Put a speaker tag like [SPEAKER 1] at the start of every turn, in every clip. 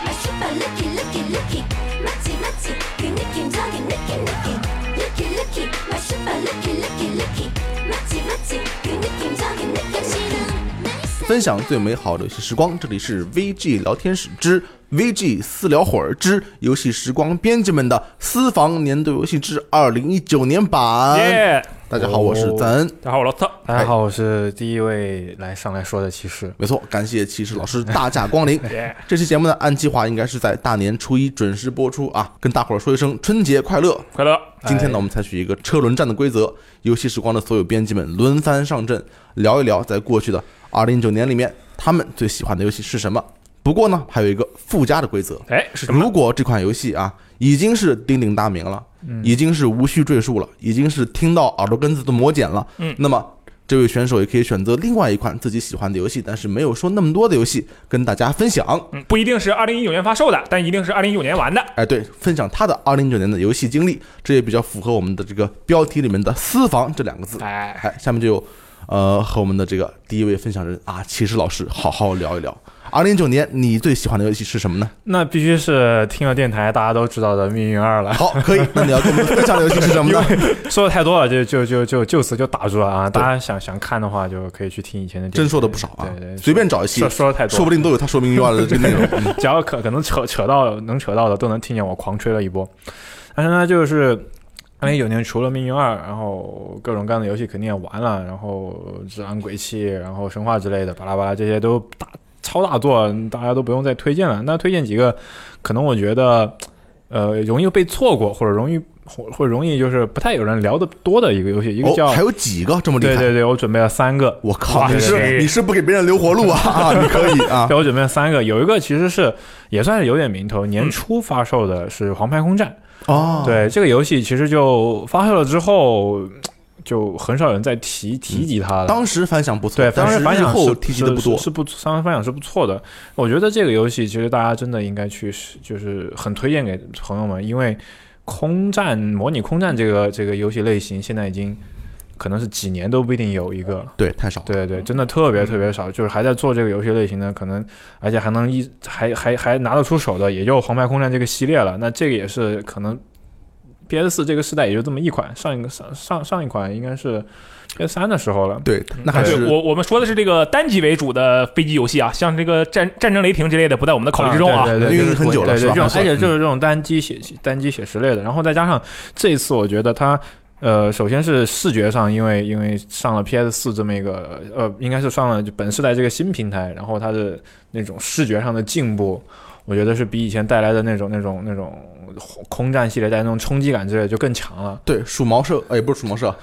[SPEAKER 1] looky looky looky 마치 마치 그 느낌적인 느낌 느낌 looky looky 마슈바 looky looky looky 마치 마치 그 느낌적인 느낌 지금 내
[SPEAKER 2] 分享最美好的游戏时光，这里是 VG 聊天室之 VG 私聊会儿之游戏时光编辑们的私房年度游戏之二零一九年版。
[SPEAKER 3] 耶！哦
[SPEAKER 2] 大家好，我是赞恩。
[SPEAKER 3] 大家好，我老特。
[SPEAKER 4] 大家好，我是第一位来上来说的骑士。
[SPEAKER 2] 没错，感谢骑士老师大驾光临。
[SPEAKER 3] 耶！
[SPEAKER 2] 这期节目呢，按计划应该是在大年初一准时播出啊，跟大伙儿说一声春节快乐。
[SPEAKER 3] 快乐！
[SPEAKER 2] 今天呢，我们采取一个车轮战的规则，游戏时光的所有编辑们轮番上阵，聊一聊在过去的二零一九年里面，他们最喜欢的游戏是什么。不过呢，还有一个附加的规则，
[SPEAKER 3] 哎，是什么？
[SPEAKER 2] 如果这款游戏啊已经是鼎鼎大名了，
[SPEAKER 3] 嗯
[SPEAKER 2] 已经是无需赘述了，已经是听到耳朵根子都磨茧了，
[SPEAKER 3] 嗯
[SPEAKER 2] 那么这位选手也可以选择另外一款自己喜欢的游戏，但是没有说那么多的游戏跟大家分享。
[SPEAKER 3] 嗯，不一定是二零一九年发售的，但一定是二零一九年玩的。
[SPEAKER 2] 哎，对，分享他的二零一九年的游戏经历，这也比较符合我们的这个标题里面的“私房”这两个字。
[SPEAKER 3] 哎，
[SPEAKER 2] 哎，下面就有呃和我们的这个第一位分享人啊，骑士老师好好聊一聊。二零一九年你最喜欢的游戏是什么呢？
[SPEAKER 4] 那必须是听了电台大家都知道的《命运二》了。
[SPEAKER 2] 好，可以，那你要跟我们分享的游戏是什么呢？
[SPEAKER 4] 说的太多了，就就就就就此就打住了啊！大家想想看的话，就可以去听以前的电台。
[SPEAKER 2] 真说的不少啊
[SPEAKER 4] 对对，
[SPEAKER 2] 随便找一期
[SPEAKER 4] 说，说的太多了，
[SPEAKER 2] 说不定都有他说明以外的这个内容。 嗯
[SPEAKER 4] 只要可可能扯扯到能扯到的，都能听见我狂吹了一波。但是呢，就是二零一九年除了《命运二》，然后各种各样的游戏肯定也玩了，然后《治安鬼泣》，然后《神话》之类的，巴拉巴拉这些都大超大作，大家都不用再推荐了。那推荐几个，可能我觉得呃容易被错过，或者容易或或者容易就是不太有人聊的多的一个游戏，一个叫、
[SPEAKER 2] 哦，还有几个这么厉
[SPEAKER 4] 对
[SPEAKER 2] 害？
[SPEAKER 4] 对对，我准备了三个。
[SPEAKER 2] 我靠，
[SPEAKER 3] 哇
[SPEAKER 2] 你
[SPEAKER 3] 对
[SPEAKER 2] 是你是不给别人留活路啊？啊你 可以啊，
[SPEAKER 4] 对，我准备了三个，有一个其实是也算是有点名头，年
[SPEAKER 2] 嗯
[SPEAKER 4] 初发售的是《黄牌空战》，
[SPEAKER 2] 哦，，
[SPEAKER 4] 对这个游戏，其实就发售了之后，就很少有人再提提及它了。
[SPEAKER 2] 嗯当时反响不错，
[SPEAKER 4] 对，
[SPEAKER 2] 当
[SPEAKER 4] 当
[SPEAKER 2] 时
[SPEAKER 4] 时反
[SPEAKER 2] 日
[SPEAKER 4] 响
[SPEAKER 2] 后
[SPEAKER 4] 是
[SPEAKER 2] 提及的不
[SPEAKER 4] 是
[SPEAKER 2] 多
[SPEAKER 4] 是。是不三番反响是不错的。我觉得这个游戏其实大家真的应该去，就是很推荐给朋友们，因为空战模拟空战这个这个游戏类型现在已经可能是几年都不一定有一个。
[SPEAKER 2] 对，太少了。
[SPEAKER 4] 对对，真的特别特别少，就是还在做这个游戏类型的，可能而且还能一还还还拿得出手的，也就《黄牌空战》这个系列了。那这个也是可能 PS 四这个时代也就这么一款，上一个上上上一款应该是 PS 三的时候了。
[SPEAKER 2] 对，那还
[SPEAKER 3] 啊对
[SPEAKER 2] 是
[SPEAKER 3] 我我们说的是这个单机为主的飞机游戏啊，像这个战战争雷霆之类的不在我们的考虑之中啊。
[SPEAKER 4] 对对对，
[SPEAKER 2] 运营很久了
[SPEAKER 4] 对
[SPEAKER 2] 是吧
[SPEAKER 4] 对，这种
[SPEAKER 2] 没错
[SPEAKER 4] 而且就是这种单机写单机写实类的，然后再加上这一次，我觉得它。呃，首先是视觉上，因为因为上了 PS 四这么一个呃，应该是上了就本世代这个新平台，然后它的那种视觉上的进步，我觉得是比以前带来的那种那种那种空战系列带来那种冲击感之类的就更强了。呃
[SPEAKER 2] 对鼠毛社，哎，不是鼠毛社，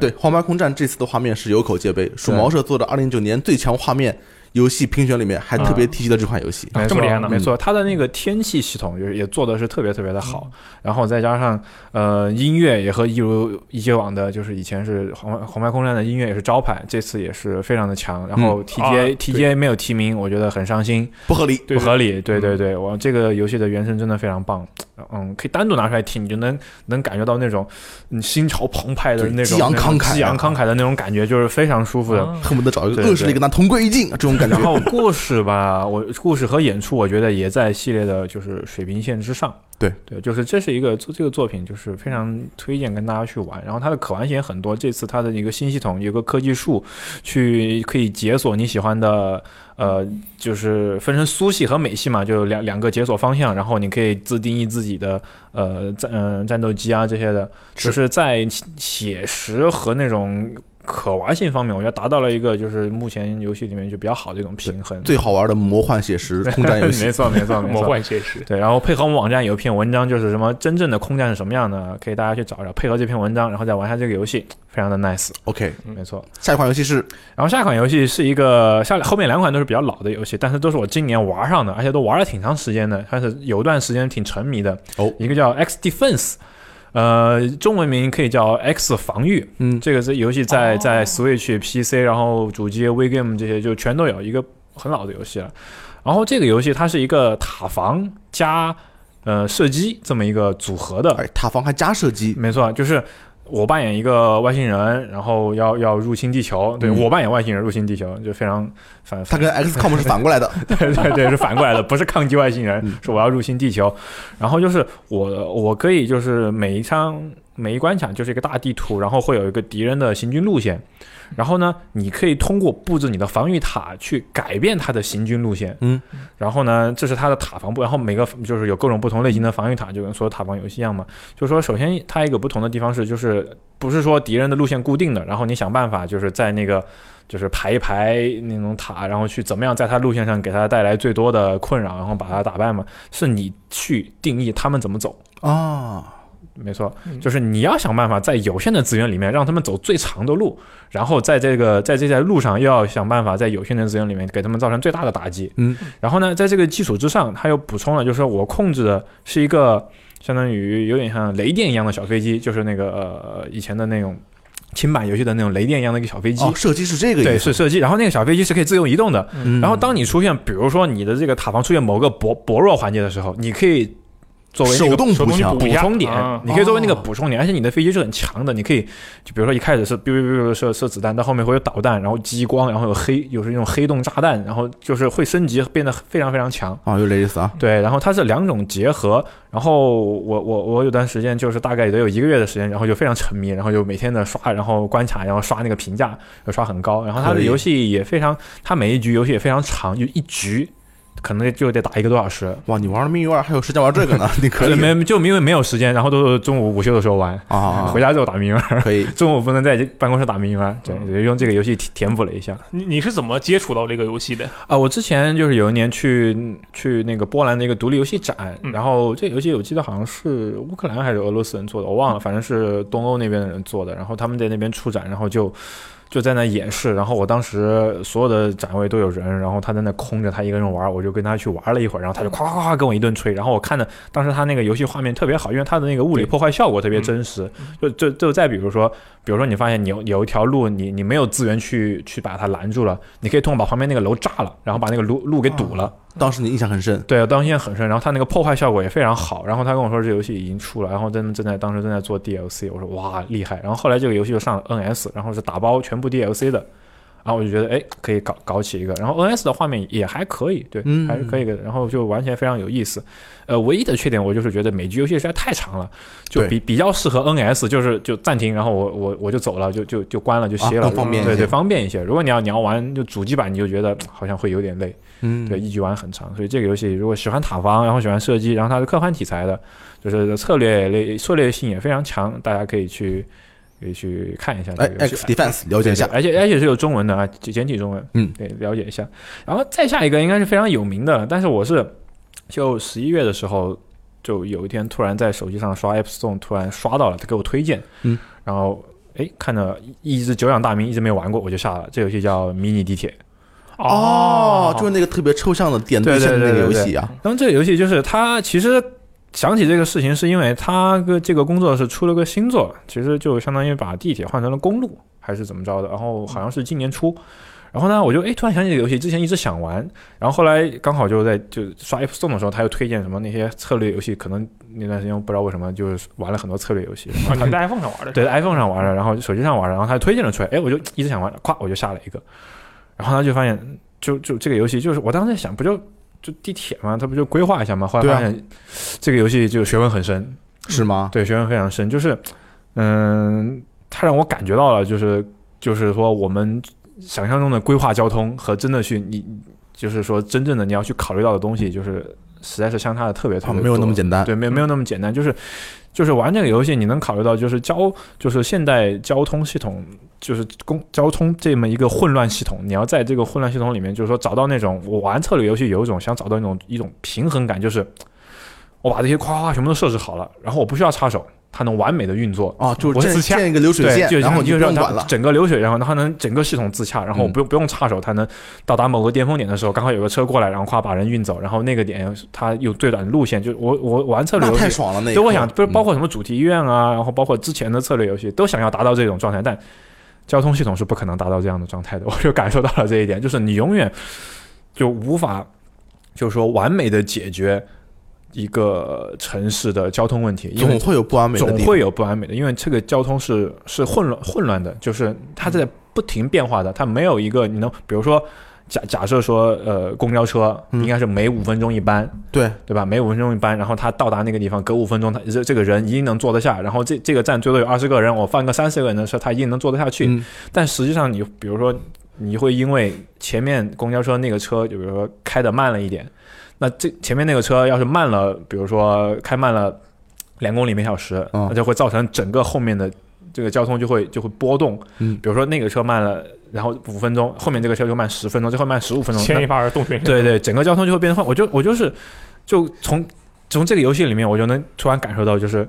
[SPEAKER 2] 对《黄牌空战》这次的画面是有口皆碑。鼠毛社做的二零一九年最强画面游戏评选里面，还
[SPEAKER 4] 嗯
[SPEAKER 2] 特别提及了这款游戏。
[SPEAKER 3] 啊
[SPEAKER 4] 没
[SPEAKER 3] 这么
[SPEAKER 4] 错
[SPEAKER 3] 厉害呢
[SPEAKER 4] 没错，它的那个天气系统就是也做的是特别特别的好，
[SPEAKER 3] 嗯
[SPEAKER 4] 然后再加上呃音乐也和一如一既往的，就是以前是红红牌空战的音乐也是招牌，这次也是非常的强。然后 TGA、
[SPEAKER 3] 啊
[SPEAKER 4] TGA 没有提名，我觉得很伤心，
[SPEAKER 2] 不合理。
[SPEAKER 3] 对嗯
[SPEAKER 4] 不合理。对对对，我这个游戏的原声真的非常棒，嗯，可以单独拿出来听，你就能能感觉到那种嗯心潮澎湃的
[SPEAKER 2] 对
[SPEAKER 4] 那种
[SPEAKER 2] 激昂
[SPEAKER 4] 那种
[SPEAKER 2] 慷慨啊
[SPEAKER 4] 激昂慷慨的那种感觉，就是非常舒服的。
[SPEAKER 3] 啊
[SPEAKER 2] 恨不得找一个
[SPEAKER 4] 对
[SPEAKER 2] 恶势力
[SPEAKER 4] 对
[SPEAKER 2] 跟他同归于尽，这种感觉
[SPEAKER 4] 然。后故事吧， 我故事和演出，我觉得也在系列的就是水平线之上。
[SPEAKER 2] 对
[SPEAKER 4] 对，就是这是一个这个作品，就是非常推荐跟大家去玩。然后它的可玩性也很多，这次它的一个新系统，有个科技树，去可以解锁你喜欢的。呃，就是分成苏系和美系嘛，就两两个解锁方向，然后你可以自定义自己的呃战嗯、战斗机啊这些的，
[SPEAKER 2] 是
[SPEAKER 4] 就是在写实和那种可玩性方面，我觉得达到了一个就是目前游戏里面就比较好的一种平衡。
[SPEAKER 2] 最好玩的魔幻写实空战游戏
[SPEAKER 4] 没，错没错没
[SPEAKER 3] 魔
[SPEAKER 4] 错。
[SPEAKER 3] 幻现实，
[SPEAKER 4] 对，然后配合我们网站有一篇文章，就是什么真正的空战是什么样的，可以大家去找找，配合这篇文章，然后再玩一下这个游戏，非常的 nice，
[SPEAKER 2] OK，
[SPEAKER 3] 嗯
[SPEAKER 4] 没错。
[SPEAKER 2] 下一款游戏是
[SPEAKER 4] 然后下一款游戏是一个下后面两款都是比较老的游戏，但是都是我今年玩上的，而且都玩了挺长时间的，它是有一段时间挺沉迷的。
[SPEAKER 2] 哦
[SPEAKER 4] 一个叫 X Defense，呃，中文名可以叫 X 防御。
[SPEAKER 2] 嗯
[SPEAKER 4] 这个是游戏在在 Switch、PC，然后主机、WeGame 这些就全都有，一个很老的游戏了。然后这个游戏它是一个塔防加呃射击这么一个组合的，
[SPEAKER 2] 哎塔防还加射击，
[SPEAKER 4] 没错，就是我扮演一个外星人，然后要要入侵地球，对、
[SPEAKER 2] 嗯
[SPEAKER 4] 我扮演外星人入侵地球，就非常反
[SPEAKER 2] 它跟 XCOM 是反过来 的，
[SPEAKER 4] 对对对，是反过来的，不是抗击外星人
[SPEAKER 2] 嗯，
[SPEAKER 4] 是我要入侵地球。然后就是我我可以就是每一张每一关卡就是一个大地图，然后会有一个敌人的行军路线。然后呢，你可以通过布置你的防御塔去改变它的行军路线。
[SPEAKER 2] 嗯，
[SPEAKER 4] 然后呢，这是它的塔防部，然后每个就是有各种不同类型的防御塔，就跟所有塔防游戏一样嘛。就是说，首先它一个不同的地方是，就是不是说敌人的路线固定的，然后你想办法就是在那个就是排一排那种塔，然后去怎么样在他路线上给他带来最多的困扰，然后把他打败嘛？是你去定义他们怎么走，
[SPEAKER 2] 啊，
[SPEAKER 4] 没错
[SPEAKER 3] 嗯，
[SPEAKER 4] 就是你要想办法在有限的资源里面让他们走最长的路，然后在这个在这条路上又要想办法在有限的资源里面给他们造成最大的打击。
[SPEAKER 2] 嗯，
[SPEAKER 4] 然后呢，在这个基础之上，他又补充了，就是说我控制的是一个相当于有点像雷电一样的小飞机，就是那个呃以前的那种轻版游戏的那种雷电一样的一个小飞机。
[SPEAKER 2] 哦，射击是这个
[SPEAKER 4] 对，
[SPEAKER 2] 意思。
[SPEAKER 4] 是射击，然后那个小飞机是可以自由移动的。
[SPEAKER 2] 嗯
[SPEAKER 4] 然后当你出现，比如说你的这个塔防出现某个薄薄弱环节的时候，你可以作为那
[SPEAKER 2] 手
[SPEAKER 4] 个
[SPEAKER 2] 动
[SPEAKER 3] 手
[SPEAKER 2] 补
[SPEAKER 3] 动去
[SPEAKER 2] 枪
[SPEAKER 4] 补
[SPEAKER 3] 补一下
[SPEAKER 4] 充点
[SPEAKER 3] 啊，
[SPEAKER 4] 你可以作为那个
[SPEAKER 2] 哦
[SPEAKER 4] 补充点，而且你的飞机是很强的，你可以就比如说一开始是 biu biu biu 射射子弹，到后面会有导弹，然后激光，然后有黑，有是那种黑洞炸弹，然后就是会升级变得非常非常强。
[SPEAKER 2] 啊，有点意思啊。
[SPEAKER 4] 对，然后它是两种结合，然后我我我有段时间就是大概得有一个月的时间，然后就非常沉迷，然后就每天的刷，然后关卡，然后刷那个评价，就刷很高，然后它
[SPEAKER 2] 可
[SPEAKER 4] 的
[SPEAKER 2] 以
[SPEAKER 4] 游戏也非常，它每一局游戏也非常长，就一局可能就得打一个多小时，
[SPEAKER 2] 哇，你玩了命运二还有时间玩这个呢？你可以
[SPEAKER 4] 没就因为没有时间，然后都是中午午休的时候玩，
[SPEAKER 2] 啊啊
[SPEAKER 4] 回，家之后打民玩，
[SPEAKER 2] 啊可以。
[SPEAKER 4] 中午不能在办公室打民玩，
[SPEAKER 2] 嗯
[SPEAKER 4] 对，就用这个游戏填填补了一下。
[SPEAKER 3] 你你是怎么接触到这个游戏的？
[SPEAKER 4] 啊，我之前就是有一年去去那个波兰的一个独立游戏展，
[SPEAKER 3] 嗯
[SPEAKER 4] 然后这个游戏我记得好像是乌克兰还是俄罗斯人做的，我忘了，反正是东欧那边的人做的，然后他们在那边出展，然后就。就在那演示，然后我当时所有的展位都有人，然后他在那空着，他一个人玩，我就跟他去玩了一会儿，然后他就夸夸夸跟我一顿吹，然后我看的当时他那个游戏画面特别好，因为他的那个物理
[SPEAKER 3] 对
[SPEAKER 4] 破坏效果特别
[SPEAKER 3] 嗯
[SPEAKER 4] 真实，就就就再比如说，比如说你发现你有有一条路你，你没有资源去去把它拦住了，你可以通过把旁边那个楼炸了，然后把那个路路给堵了。
[SPEAKER 2] 当时你印象很深，
[SPEAKER 4] 对，当时印象很深。然后它那个破坏效果也非常好。然后他跟我说这游戏已经出了，然后正正在当时正在做 DLC，我说哇厉害。然后后来这个游戏就上了 NS，然后是打包全部 DLC 的。然后我就觉得，哎，可以搞搞起一个。然后 NS 的画面也还可以，对，
[SPEAKER 2] 嗯
[SPEAKER 4] 还是可以的。然后就完全非常有意思。呃，唯一的缺点我就是觉得每局游戏实在太长了，就
[SPEAKER 2] 对
[SPEAKER 4] 比比较适合 NS，就是就暂停，然后我我我就走了，就就就关了，就歇
[SPEAKER 2] 啊
[SPEAKER 4] 了，
[SPEAKER 2] 更方便一
[SPEAKER 4] 对
[SPEAKER 2] 些
[SPEAKER 4] 对，方便一些。如果你要你要玩就主机版，你就觉得好像会有点累。
[SPEAKER 2] 嗯，
[SPEAKER 4] 对，一局玩很长，所以这个游戏如果喜欢塔防，然后喜欢射击，然后它是科幻题材的，就是策略类策略性也非常强，大家可以去可以去看一下这
[SPEAKER 2] 哎
[SPEAKER 4] 个游戏。啊
[SPEAKER 2] ，X Defense 了解一下，
[SPEAKER 4] 而且而且是有中文的啊，简简体中文，
[SPEAKER 2] 嗯
[SPEAKER 4] 对，了解一下。然后再下一个应该是非常有名的了，但是我是就十一月的时候，就有一天突然在手机上刷 App Store，突然刷到了，他给我推荐，
[SPEAKER 2] 嗯，
[SPEAKER 4] 然后哎看着一直久仰大名，一直没玩过，我就下了这游戏叫《迷你地铁》。
[SPEAKER 3] 啊
[SPEAKER 2] 哦，就是那个特别抽象的点对
[SPEAKER 4] 对对
[SPEAKER 2] 线的那个
[SPEAKER 4] 对
[SPEAKER 2] 游
[SPEAKER 4] 对对
[SPEAKER 2] 戏啊，
[SPEAKER 4] 然后这个游戏就是它其实想起这个事情，是因为它个这个工作室出了个新作，其实就相当于把地铁换成了公路，还是怎么着的。然后好像是今年初。然后呢，我就哎突然想起这个游戏，之前一直想玩，然后后来刚好就在就刷 App Store 的时候，他又推荐什么那些策略游戏，可能那段时间不知道为什么就是玩了很多策略游戏，然
[SPEAKER 3] 啊，
[SPEAKER 4] 后
[SPEAKER 3] 你
[SPEAKER 4] 他
[SPEAKER 3] 在 iPhone 上玩的？
[SPEAKER 4] 对，在 iPhone 上玩了，然后手机上玩了，然后他推荐了出来，哎，我就一直想玩，咵我就下了一个，然后他就发现，就就这个游戏就是我当时想，不就就地铁嘛，他不就规划一下嘛，后来
[SPEAKER 2] 对啊啊
[SPEAKER 4] 发现、这个游戏就学问很深，
[SPEAKER 2] 是吗？
[SPEAKER 4] 对，学问非常深，就是嗯，它让我感觉到了，就是就是说我们想象中的规划交通和真的去你就是说真正的你要去考虑到的东西，就是实在是相差的特别特
[SPEAKER 2] 啊，
[SPEAKER 4] 别多、
[SPEAKER 2] 没有那么简单。
[SPEAKER 4] 对，没有没有那么简单，就是就是玩这个游戏，你能考虑到就是交就是现代交通系统，就是公交通这么一个混乱系统，你要在这个混乱系统里面，就是说找到那种我玩策略游戏有一种想找到那种一种平衡感，就是我把这些夸夸全部都设置好了，然后我不需要插手，它能完美的运作。
[SPEAKER 2] 啊，就是
[SPEAKER 4] 我
[SPEAKER 2] 建
[SPEAKER 4] 自洽
[SPEAKER 2] 建一个流水
[SPEAKER 4] 对，
[SPEAKER 2] 线，
[SPEAKER 4] 就
[SPEAKER 2] 然后你
[SPEAKER 4] 你
[SPEAKER 2] 就
[SPEAKER 4] 就
[SPEAKER 2] 不用
[SPEAKER 4] 让它
[SPEAKER 2] 管了。
[SPEAKER 4] 整个流水，然后它能整个系统自洽，然后
[SPEAKER 2] 嗯
[SPEAKER 4] 不用不用插手，它能到达某个巅峰点的时候，刚好有个车过来，然后夸把人运走，然后那个点它有最短的路线，就我我玩策略
[SPEAKER 2] 那
[SPEAKER 4] 游
[SPEAKER 2] 太
[SPEAKER 4] 戏，
[SPEAKER 2] 爽了，那一
[SPEAKER 4] 对，我
[SPEAKER 2] 刻
[SPEAKER 4] 想不是包
[SPEAKER 2] 嗯
[SPEAKER 4] 括什么主题医院啊，然后包括之前的策略游戏，都想要达到这种状态，但交通系统是不可能达到这样的状态的，我就感受到了这一点，就是你永远就无法，就是说完美的解决一个城市的交通问题，因为
[SPEAKER 2] 嗯总会有不完美的
[SPEAKER 4] 总
[SPEAKER 2] 地方。
[SPEAKER 4] 会有不完美的，因为这个交通是是混乱混乱的，就是它在不停变化的，它没有一个你能，比如说假假设说呃公交车
[SPEAKER 2] 嗯
[SPEAKER 4] 应该是每五分钟一班，
[SPEAKER 2] 对，
[SPEAKER 4] 对吧？每五分钟一班，然后他到达那个地方，隔五分钟他这这个人一定能坐得下，然后这这个站最多有二十个人，我放个三十个人的车，他一定能坐得下去。
[SPEAKER 2] 嗯
[SPEAKER 4] 但实际上你比如说你会因为前面公交车那个车，就比如说开的慢了一点，那这前面那个车要是慢了，比如说开慢了两公里每小时，
[SPEAKER 2] 嗯
[SPEAKER 4] 那就会造成整个后面的这个交通就会就会波动。
[SPEAKER 2] 嗯
[SPEAKER 4] 比如说那个车慢了，然后五分钟，后面这个车就慢十分钟，最后慢十五分钟，
[SPEAKER 3] 牵一发而动全身。
[SPEAKER 4] 对对，整个交通就会变化。我就我就是，就从从这个游戏里面，我就能突然感受到，就是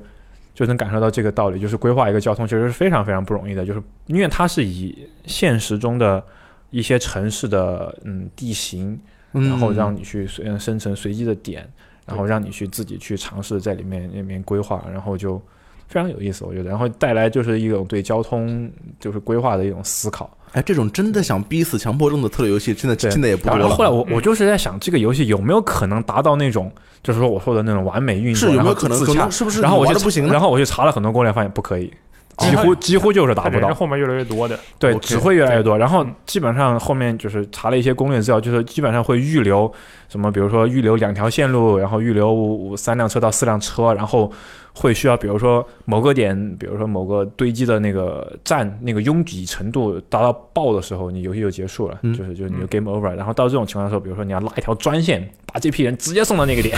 [SPEAKER 4] 就能感受到这个道理，就是规划一个交通其实是非常非常不容易的，就是因为它是以现实中的一些城市的嗯地形，
[SPEAKER 2] 嗯
[SPEAKER 4] 然后让你去随嗯生成随机的点，然后让你去自己去尝试在里面里面规划，然后就。非常有意思，我觉得，然后带来就是一种对交通就是规划的一种思考。
[SPEAKER 2] 哎，这种真的想逼死强迫症的策略游戏，现在
[SPEAKER 4] 对
[SPEAKER 2] 现在也不多
[SPEAKER 4] 然后后
[SPEAKER 2] 了。
[SPEAKER 4] 来我我就是在想，这个游戏有没有可能达到那种，就是说我说的那种完美运
[SPEAKER 2] 是有
[SPEAKER 4] 作，然
[SPEAKER 2] 没
[SPEAKER 4] 后
[SPEAKER 2] 有可能
[SPEAKER 4] 自
[SPEAKER 2] 可
[SPEAKER 4] 洽
[SPEAKER 2] 能？是不是
[SPEAKER 4] 然后我
[SPEAKER 2] 玩
[SPEAKER 4] 就
[SPEAKER 2] 的不行
[SPEAKER 4] 然
[SPEAKER 2] 呢？
[SPEAKER 4] 后我就查了很多攻略，发现不可以，
[SPEAKER 2] 哦
[SPEAKER 4] 几乎几乎就是达
[SPEAKER 3] 他
[SPEAKER 4] 不
[SPEAKER 3] 只
[SPEAKER 4] 到
[SPEAKER 3] 是。后面越来越多的，
[SPEAKER 4] 对，
[SPEAKER 2] OK
[SPEAKER 4] 只会越来越多。然后基本上后面就是查了一些攻略资料，就是基本上会预留什么，比如说预留两条线路，然后预留五五三辆车到四辆车，然后会需要比如说某个点，比如说某个堆积的那个站那个拥挤程度达到爆的时候，你游戏就结束了，
[SPEAKER 2] 嗯
[SPEAKER 4] 就是就是你就
[SPEAKER 3] 嗯
[SPEAKER 4] game over 了。然后到这种情况的时候，比如说你要拉一条专线，把这批人直接送到那个 点，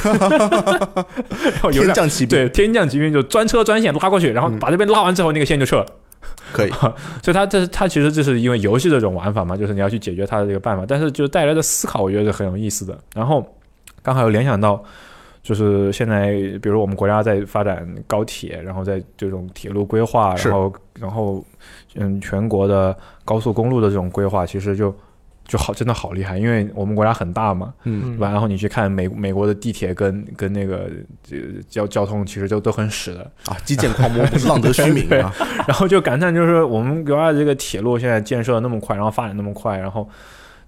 [SPEAKER 4] 然后
[SPEAKER 2] 天
[SPEAKER 4] 有辆
[SPEAKER 2] 降嗯奇兵
[SPEAKER 4] 对天降奇兵就专车专线拉过去，然后把这边拉完之后，那个线就撤了。
[SPEAKER 2] 可以，
[SPEAKER 4] 所以它这它其实这是因为游戏这种玩法嘛，就是你要去解决它的这个办法，但是就带来的思考，我觉得是很有意思的。然后刚好有联想到，就是现在比如我们国家在发展高铁，然后在这种铁路规划，
[SPEAKER 2] 是
[SPEAKER 4] 然后然后嗯全国的高速公路的这种规划，其实就。就好，真的好厉害，因为我们国家很大嘛，
[SPEAKER 2] 嗯，
[SPEAKER 3] 嗯
[SPEAKER 4] 对吧？然后你去看美美国的地铁跟跟那个这交交通，其实都都很屎的，
[SPEAKER 2] 啊，基建狂 魔不是浪得虚名啊，
[SPEAKER 4] 然后就感叹就是我们国家的这个铁路现在建设得那么快，然后发展那么快，然后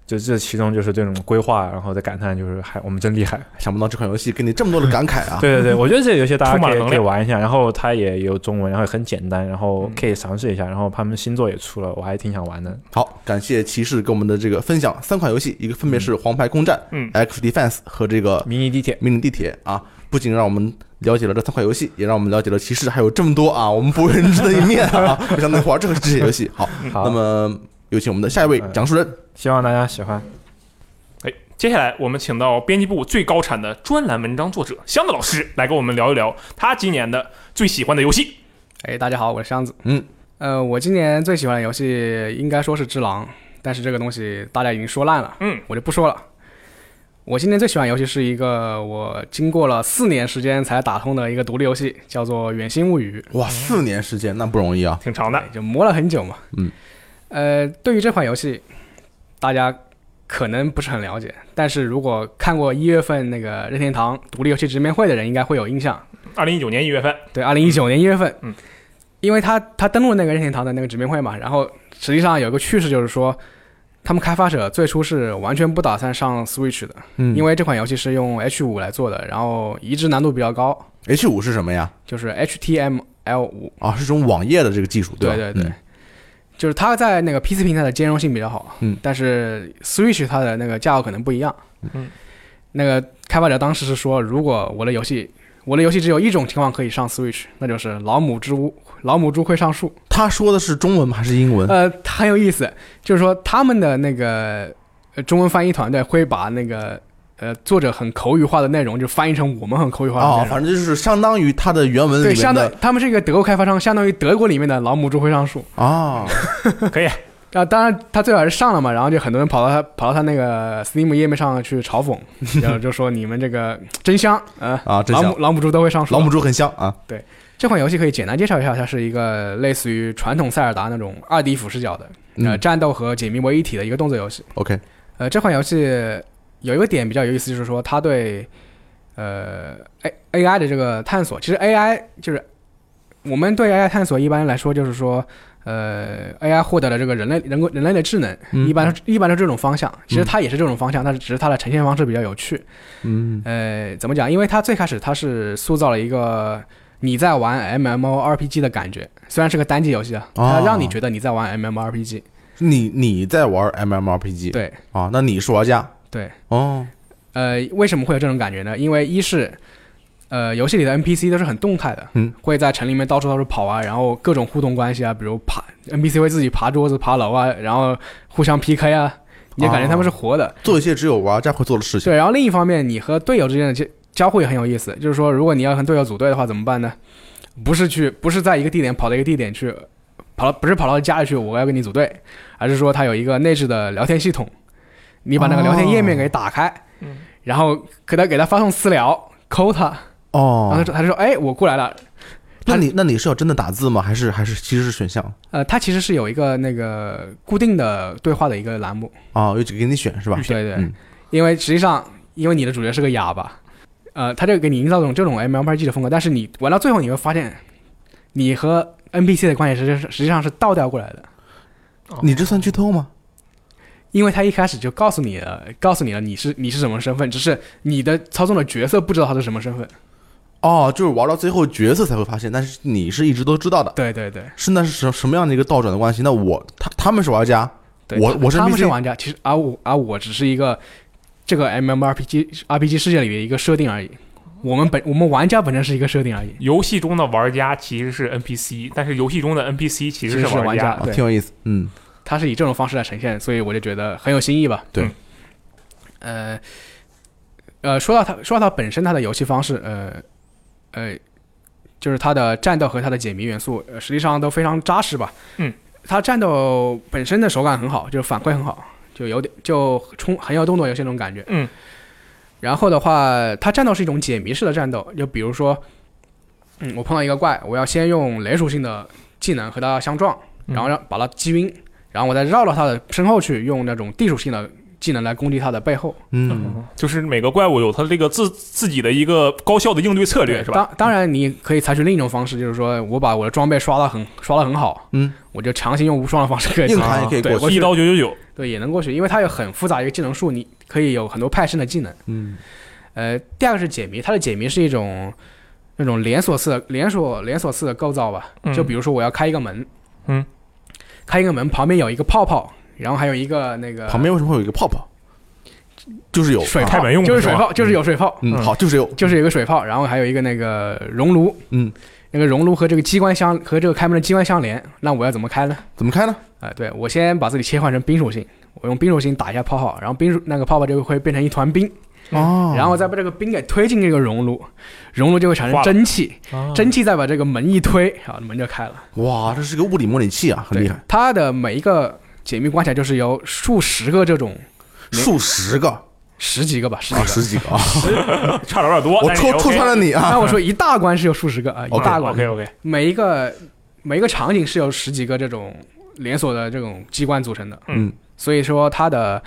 [SPEAKER 4] 就这其中就是这种规划，然后再感叹就是还我们真厉害。
[SPEAKER 3] 啊
[SPEAKER 2] 想不到这款游戏给你这么多的感慨啊。
[SPEAKER 4] 对对对，我觉得这个游戏大
[SPEAKER 3] 充
[SPEAKER 4] 家
[SPEAKER 3] 满
[SPEAKER 4] 可以
[SPEAKER 3] 能
[SPEAKER 4] 可以
[SPEAKER 3] 量
[SPEAKER 4] 玩一下，然后它也有中文，然后也很简单，然后
[SPEAKER 3] 嗯
[SPEAKER 4] 可以尝试一下，然后他们新作也出了，我还挺想玩的。
[SPEAKER 2] 好，感谢骑士给我们的这个分享，三款游戏，一个分别是《黄牌空战》、
[SPEAKER 3] 嗯
[SPEAKER 2] X Defense 和这个
[SPEAKER 4] 迷你地铁，
[SPEAKER 2] 命令地铁啊，不仅让我们了解了这三款游戏，也让我们了解了骑士还有这么多啊 我们不为人知的一面啊，不想能玩这个这些游戏。好，
[SPEAKER 3] 嗯
[SPEAKER 2] 那
[SPEAKER 4] 好，
[SPEAKER 2] 么有请我们的下一位讲述人，
[SPEAKER 4] 希望大家喜欢。
[SPEAKER 3] 哎，接下来我们请到编辑部最高产的专栏文章作者箱子老师来跟我们聊一聊他今年的最喜欢的游戏。
[SPEAKER 5] 哎，大家好，我是箱子。
[SPEAKER 2] 嗯，
[SPEAKER 5] 呃，我今年最喜欢的游戏应该说是《只狼》，但是这个东西大家已经说烂了，
[SPEAKER 3] 嗯，
[SPEAKER 5] 我就不说了。我今年最喜欢的游戏是一个我经过了四年时间才打通的一个独立游戏，叫做《远星物语
[SPEAKER 2] 哇，四年时间那不容易啊，
[SPEAKER 3] 挺长的》，，
[SPEAKER 5] 就磨了很久嘛。
[SPEAKER 2] 嗯，
[SPEAKER 5] 呃，对于这款游戏，大家可能不是很了解，但是如果看过一月份那个任天堂独立游戏直面会的人，应该会有印象。
[SPEAKER 3] 二零一九年一月份，
[SPEAKER 5] 对，二零一九年一月份，
[SPEAKER 3] 嗯，
[SPEAKER 5] 因为他他登录那个任天堂的那个直面会嘛，然后实际上有个趣事就是说，他们开发者最初是完全不打算上 Switch 的，
[SPEAKER 2] 嗯
[SPEAKER 5] 因为这款游戏是用 H 五来做的，然后移植难度比较高，
[SPEAKER 2] H 五是什么呀？
[SPEAKER 5] 就是 HTML 五，
[SPEAKER 2] 啊，是种网页的这个技术，吧？嗯
[SPEAKER 5] 对
[SPEAKER 2] 对
[SPEAKER 5] 对对，就是它在那个 PC 平台的兼容性比较好，
[SPEAKER 2] 嗯
[SPEAKER 5] 但是 Switch 它的那个架构可能不一样，
[SPEAKER 3] 嗯，
[SPEAKER 5] 那个开发者当时是说，如果我的游戏我的游戏只有一种情况可以上 Switch，那就是老母猪老母猪会上树。
[SPEAKER 2] 他说的是中文吗还是英文？
[SPEAKER 5] 呃， 很有意思，就是说他们的那个呃中文翻译团队会把那个呃作者很口语化的内容就翻译成我们很口语化的
[SPEAKER 2] 啊，
[SPEAKER 5] 内容。
[SPEAKER 2] 反正就是相当于它的原文
[SPEAKER 5] 对，
[SPEAKER 2] 里面
[SPEAKER 5] 相当
[SPEAKER 2] 的
[SPEAKER 5] 他们是一个德国开发商，相当于德国里面的老母猪会上树
[SPEAKER 2] 啊，
[SPEAKER 3] 可以，
[SPEAKER 5] 啊。当然，他最好是上了嘛，然后就很多人跑到他跑到他那个 Steam 页面上去嘲讽，然后就说你们这个真香呃
[SPEAKER 2] 啊 真
[SPEAKER 5] 老
[SPEAKER 2] 香
[SPEAKER 5] 母老母猪都会上树。
[SPEAKER 2] 老母猪很香啊，
[SPEAKER 5] 这款游戏可以简单介绍一下，它是一个类似于传统塞尔达那种二 D 俯视角的，呃，
[SPEAKER 2] 嗯
[SPEAKER 5] 战斗和解谜为一体的一个动作游戏。
[SPEAKER 2] ，OK，
[SPEAKER 5] 呃，这款游戏有一个点比较有意思，就是说它对呃 A AI 的这个探索，其实 AI 就是我们对 AI 探索一般来说就是说，呃，AI 获得了这个人类人工人类的智能，
[SPEAKER 2] 嗯
[SPEAKER 5] 一般是一般是这种方向。其实
[SPEAKER 2] 嗯
[SPEAKER 5] 它也是这种方向，但是只是它的呈现方式比较有趣。
[SPEAKER 2] 嗯
[SPEAKER 5] 呃，怎么讲？因为它最开始它是塑造了一个你在玩 MMORPG 的感觉，虽然是个单机游戏啊，它
[SPEAKER 2] 哦
[SPEAKER 5] 让你觉得你在玩 MMORPG。
[SPEAKER 2] 你你在玩 MMORPG
[SPEAKER 5] 对
[SPEAKER 2] 啊？那你是玩家
[SPEAKER 5] 对，
[SPEAKER 2] 哦？
[SPEAKER 5] 呃，为什么会有这种感觉呢？因为一是，呃，游戏里的 NPC 都是很动态的，
[SPEAKER 2] 嗯，
[SPEAKER 5] 会在城里面到处到处跑啊，然后各种互动关系啊，比如爬 NPC 会自己爬桌子、爬楼啊，然后互相 PK 啊，你就感觉他们是活的。
[SPEAKER 2] 做一些只有玩家会做的事情。
[SPEAKER 5] 对，然后另一方面，你和队友之间的交交互也很有意思。就是说，如果你要和队友组队的话，怎么办呢？不是去，不是在一个地点跑到一个地点去，跑到不是跑到家里去，我要跟你组队，而是说它有一个内置的聊天系统，你把那个聊天页面给打开，
[SPEAKER 3] 嗯
[SPEAKER 5] 然后给他给他发送私聊，扣他，然后他
[SPEAKER 2] 哦，
[SPEAKER 5] 就他就说，哎，我过来了。
[SPEAKER 2] 那你那你是要真的打字吗？还是还是其实是选项
[SPEAKER 5] 呃，它其实是有一个那个固定的对话的一个栏目，
[SPEAKER 2] 啊？有几个给你选是吧？
[SPEAKER 5] 对对，
[SPEAKER 2] 嗯
[SPEAKER 5] 因为实际上，因为你的主角是个哑巴，呃，他就给你营造这种这种哎 MMORPG 的风格，但是你玩到最后，你会发现，你和 NPC 的关系实际上实际上是倒调过来的，
[SPEAKER 2] 你这算剧透吗？
[SPEAKER 5] 因为他一开始就告诉你了，告诉你了你是你是什么身份，只是你的操纵的角色不知道他是什么身份。
[SPEAKER 2] 哦，就是玩到最后角色才会发现，但是你是一直都知道的。
[SPEAKER 5] 对对对，
[SPEAKER 2] 是那是什什么样的一个倒转的关系？那我他他们是玩家，
[SPEAKER 5] 对
[SPEAKER 2] 我
[SPEAKER 5] 他
[SPEAKER 2] 我是
[SPEAKER 5] 他们
[SPEAKER 2] NPC
[SPEAKER 5] 是玩家，其实而我而我只是一个这个 MMORPG RPG 世界里的一个设定而已。我们本我们玩家本身是一个设定而已，
[SPEAKER 3] 游戏中的玩家其实是 NPC，但是游戏中的 NPC 其实
[SPEAKER 5] 其实是
[SPEAKER 3] 玩
[SPEAKER 5] 玩家
[SPEAKER 2] 啊
[SPEAKER 5] 对
[SPEAKER 2] 挺有意思。嗯，
[SPEAKER 5] 它是以这种方式来呈现，所以我就觉得很有新意吧。
[SPEAKER 2] 对
[SPEAKER 5] 嗯，呃，呃，说到它，说到它本身它的游戏方式，呃，呃，就是它的战斗和它的解谜元素，呃，实际上都非常扎实吧。
[SPEAKER 3] 嗯，
[SPEAKER 5] 它战斗本身的手感很好，就是反馈很好，就有点就冲很有动作游戏那种感觉。
[SPEAKER 3] 嗯，
[SPEAKER 5] 然后的话，它战斗是一种解谜式的战斗，就比如说，嗯，我碰到一个怪，我要先用雷属性的技能和它相撞，
[SPEAKER 3] 嗯
[SPEAKER 5] 然后让把它击晕，然后我再绕到它的身后去，用那种地属性的技能来攻击它的背后。
[SPEAKER 2] 嗯，
[SPEAKER 3] 就是每个怪物有它这个自自己的一个高效的应对策略，是吧？
[SPEAKER 5] 当当然，你可以采取另一种方式，就是说我把我的装备刷的很刷的很好，
[SPEAKER 2] 嗯，
[SPEAKER 5] 我就强行用无双的方式可以
[SPEAKER 2] 硬
[SPEAKER 5] 打
[SPEAKER 2] 盘也可以
[SPEAKER 3] 对
[SPEAKER 2] 过去。
[SPEAKER 3] 一刀九九九，
[SPEAKER 5] 对也能过去，因为它有很复杂一个技能树，你可以有很多派生的技能。
[SPEAKER 2] 嗯
[SPEAKER 5] 呃，第二个是解谜，它的解谜是一种那种连锁式的连锁连锁式的构造吧。
[SPEAKER 3] 嗯
[SPEAKER 5] 就比如说我要开一个门，
[SPEAKER 3] 嗯，
[SPEAKER 5] 开一个门旁边有一个泡泡，然后还有一个那个
[SPEAKER 2] 旁边为什么会有一个泡泡？就是有
[SPEAKER 5] 水
[SPEAKER 2] 啊
[SPEAKER 3] 开
[SPEAKER 5] 泡
[SPEAKER 3] 门用的
[SPEAKER 5] 就是
[SPEAKER 3] 是
[SPEAKER 5] 水
[SPEAKER 3] 吧
[SPEAKER 5] 泡，就是有水泡，
[SPEAKER 2] 嗯，
[SPEAKER 3] 嗯
[SPEAKER 2] 好，就是有，
[SPEAKER 5] 就是有一个水泡，然后还有一个那个熔炉，
[SPEAKER 2] 嗯，
[SPEAKER 5] 那个熔炉和这个机关相和这个开门的机关相连，那我要怎么开呢？
[SPEAKER 2] 怎么开呢？
[SPEAKER 5] 啊、对我先把自己切换成冰属性，我用冰属性打一下泡泡，然后冰属那个泡泡就会变成一团冰，
[SPEAKER 2] 哦，
[SPEAKER 5] 嗯然后再把这个冰给推进这个熔炉，熔炉就会产
[SPEAKER 3] 化了
[SPEAKER 5] 生蒸汽，蒸
[SPEAKER 2] 啊
[SPEAKER 3] 真
[SPEAKER 5] 汽再把这个门一推，啊，门就开了。
[SPEAKER 2] 哇，这是个物理模拟器啊，很
[SPEAKER 5] 对
[SPEAKER 2] 厉害，，
[SPEAKER 5] 它的每一个解密关卡就是由数十个这种对
[SPEAKER 2] 数十个
[SPEAKER 5] 十几个吧，十几
[SPEAKER 2] 啊，
[SPEAKER 5] 个。
[SPEAKER 2] 十几个啊，
[SPEAKER 3] 差点有点多，
[SPEAKER 2] 我戳戳穿了你啊！
[SPEAKER 5] 那我说一大关是有数十个啊，一大关
[SPEAKER 3] OK 嗯 OK，
[SPEAKER 5] 每一个每一个场景是由十几个这种连锁的这种机关组成的，
[SPEAKER 2] 嗯，
[SPEAKER 5] 所以说它的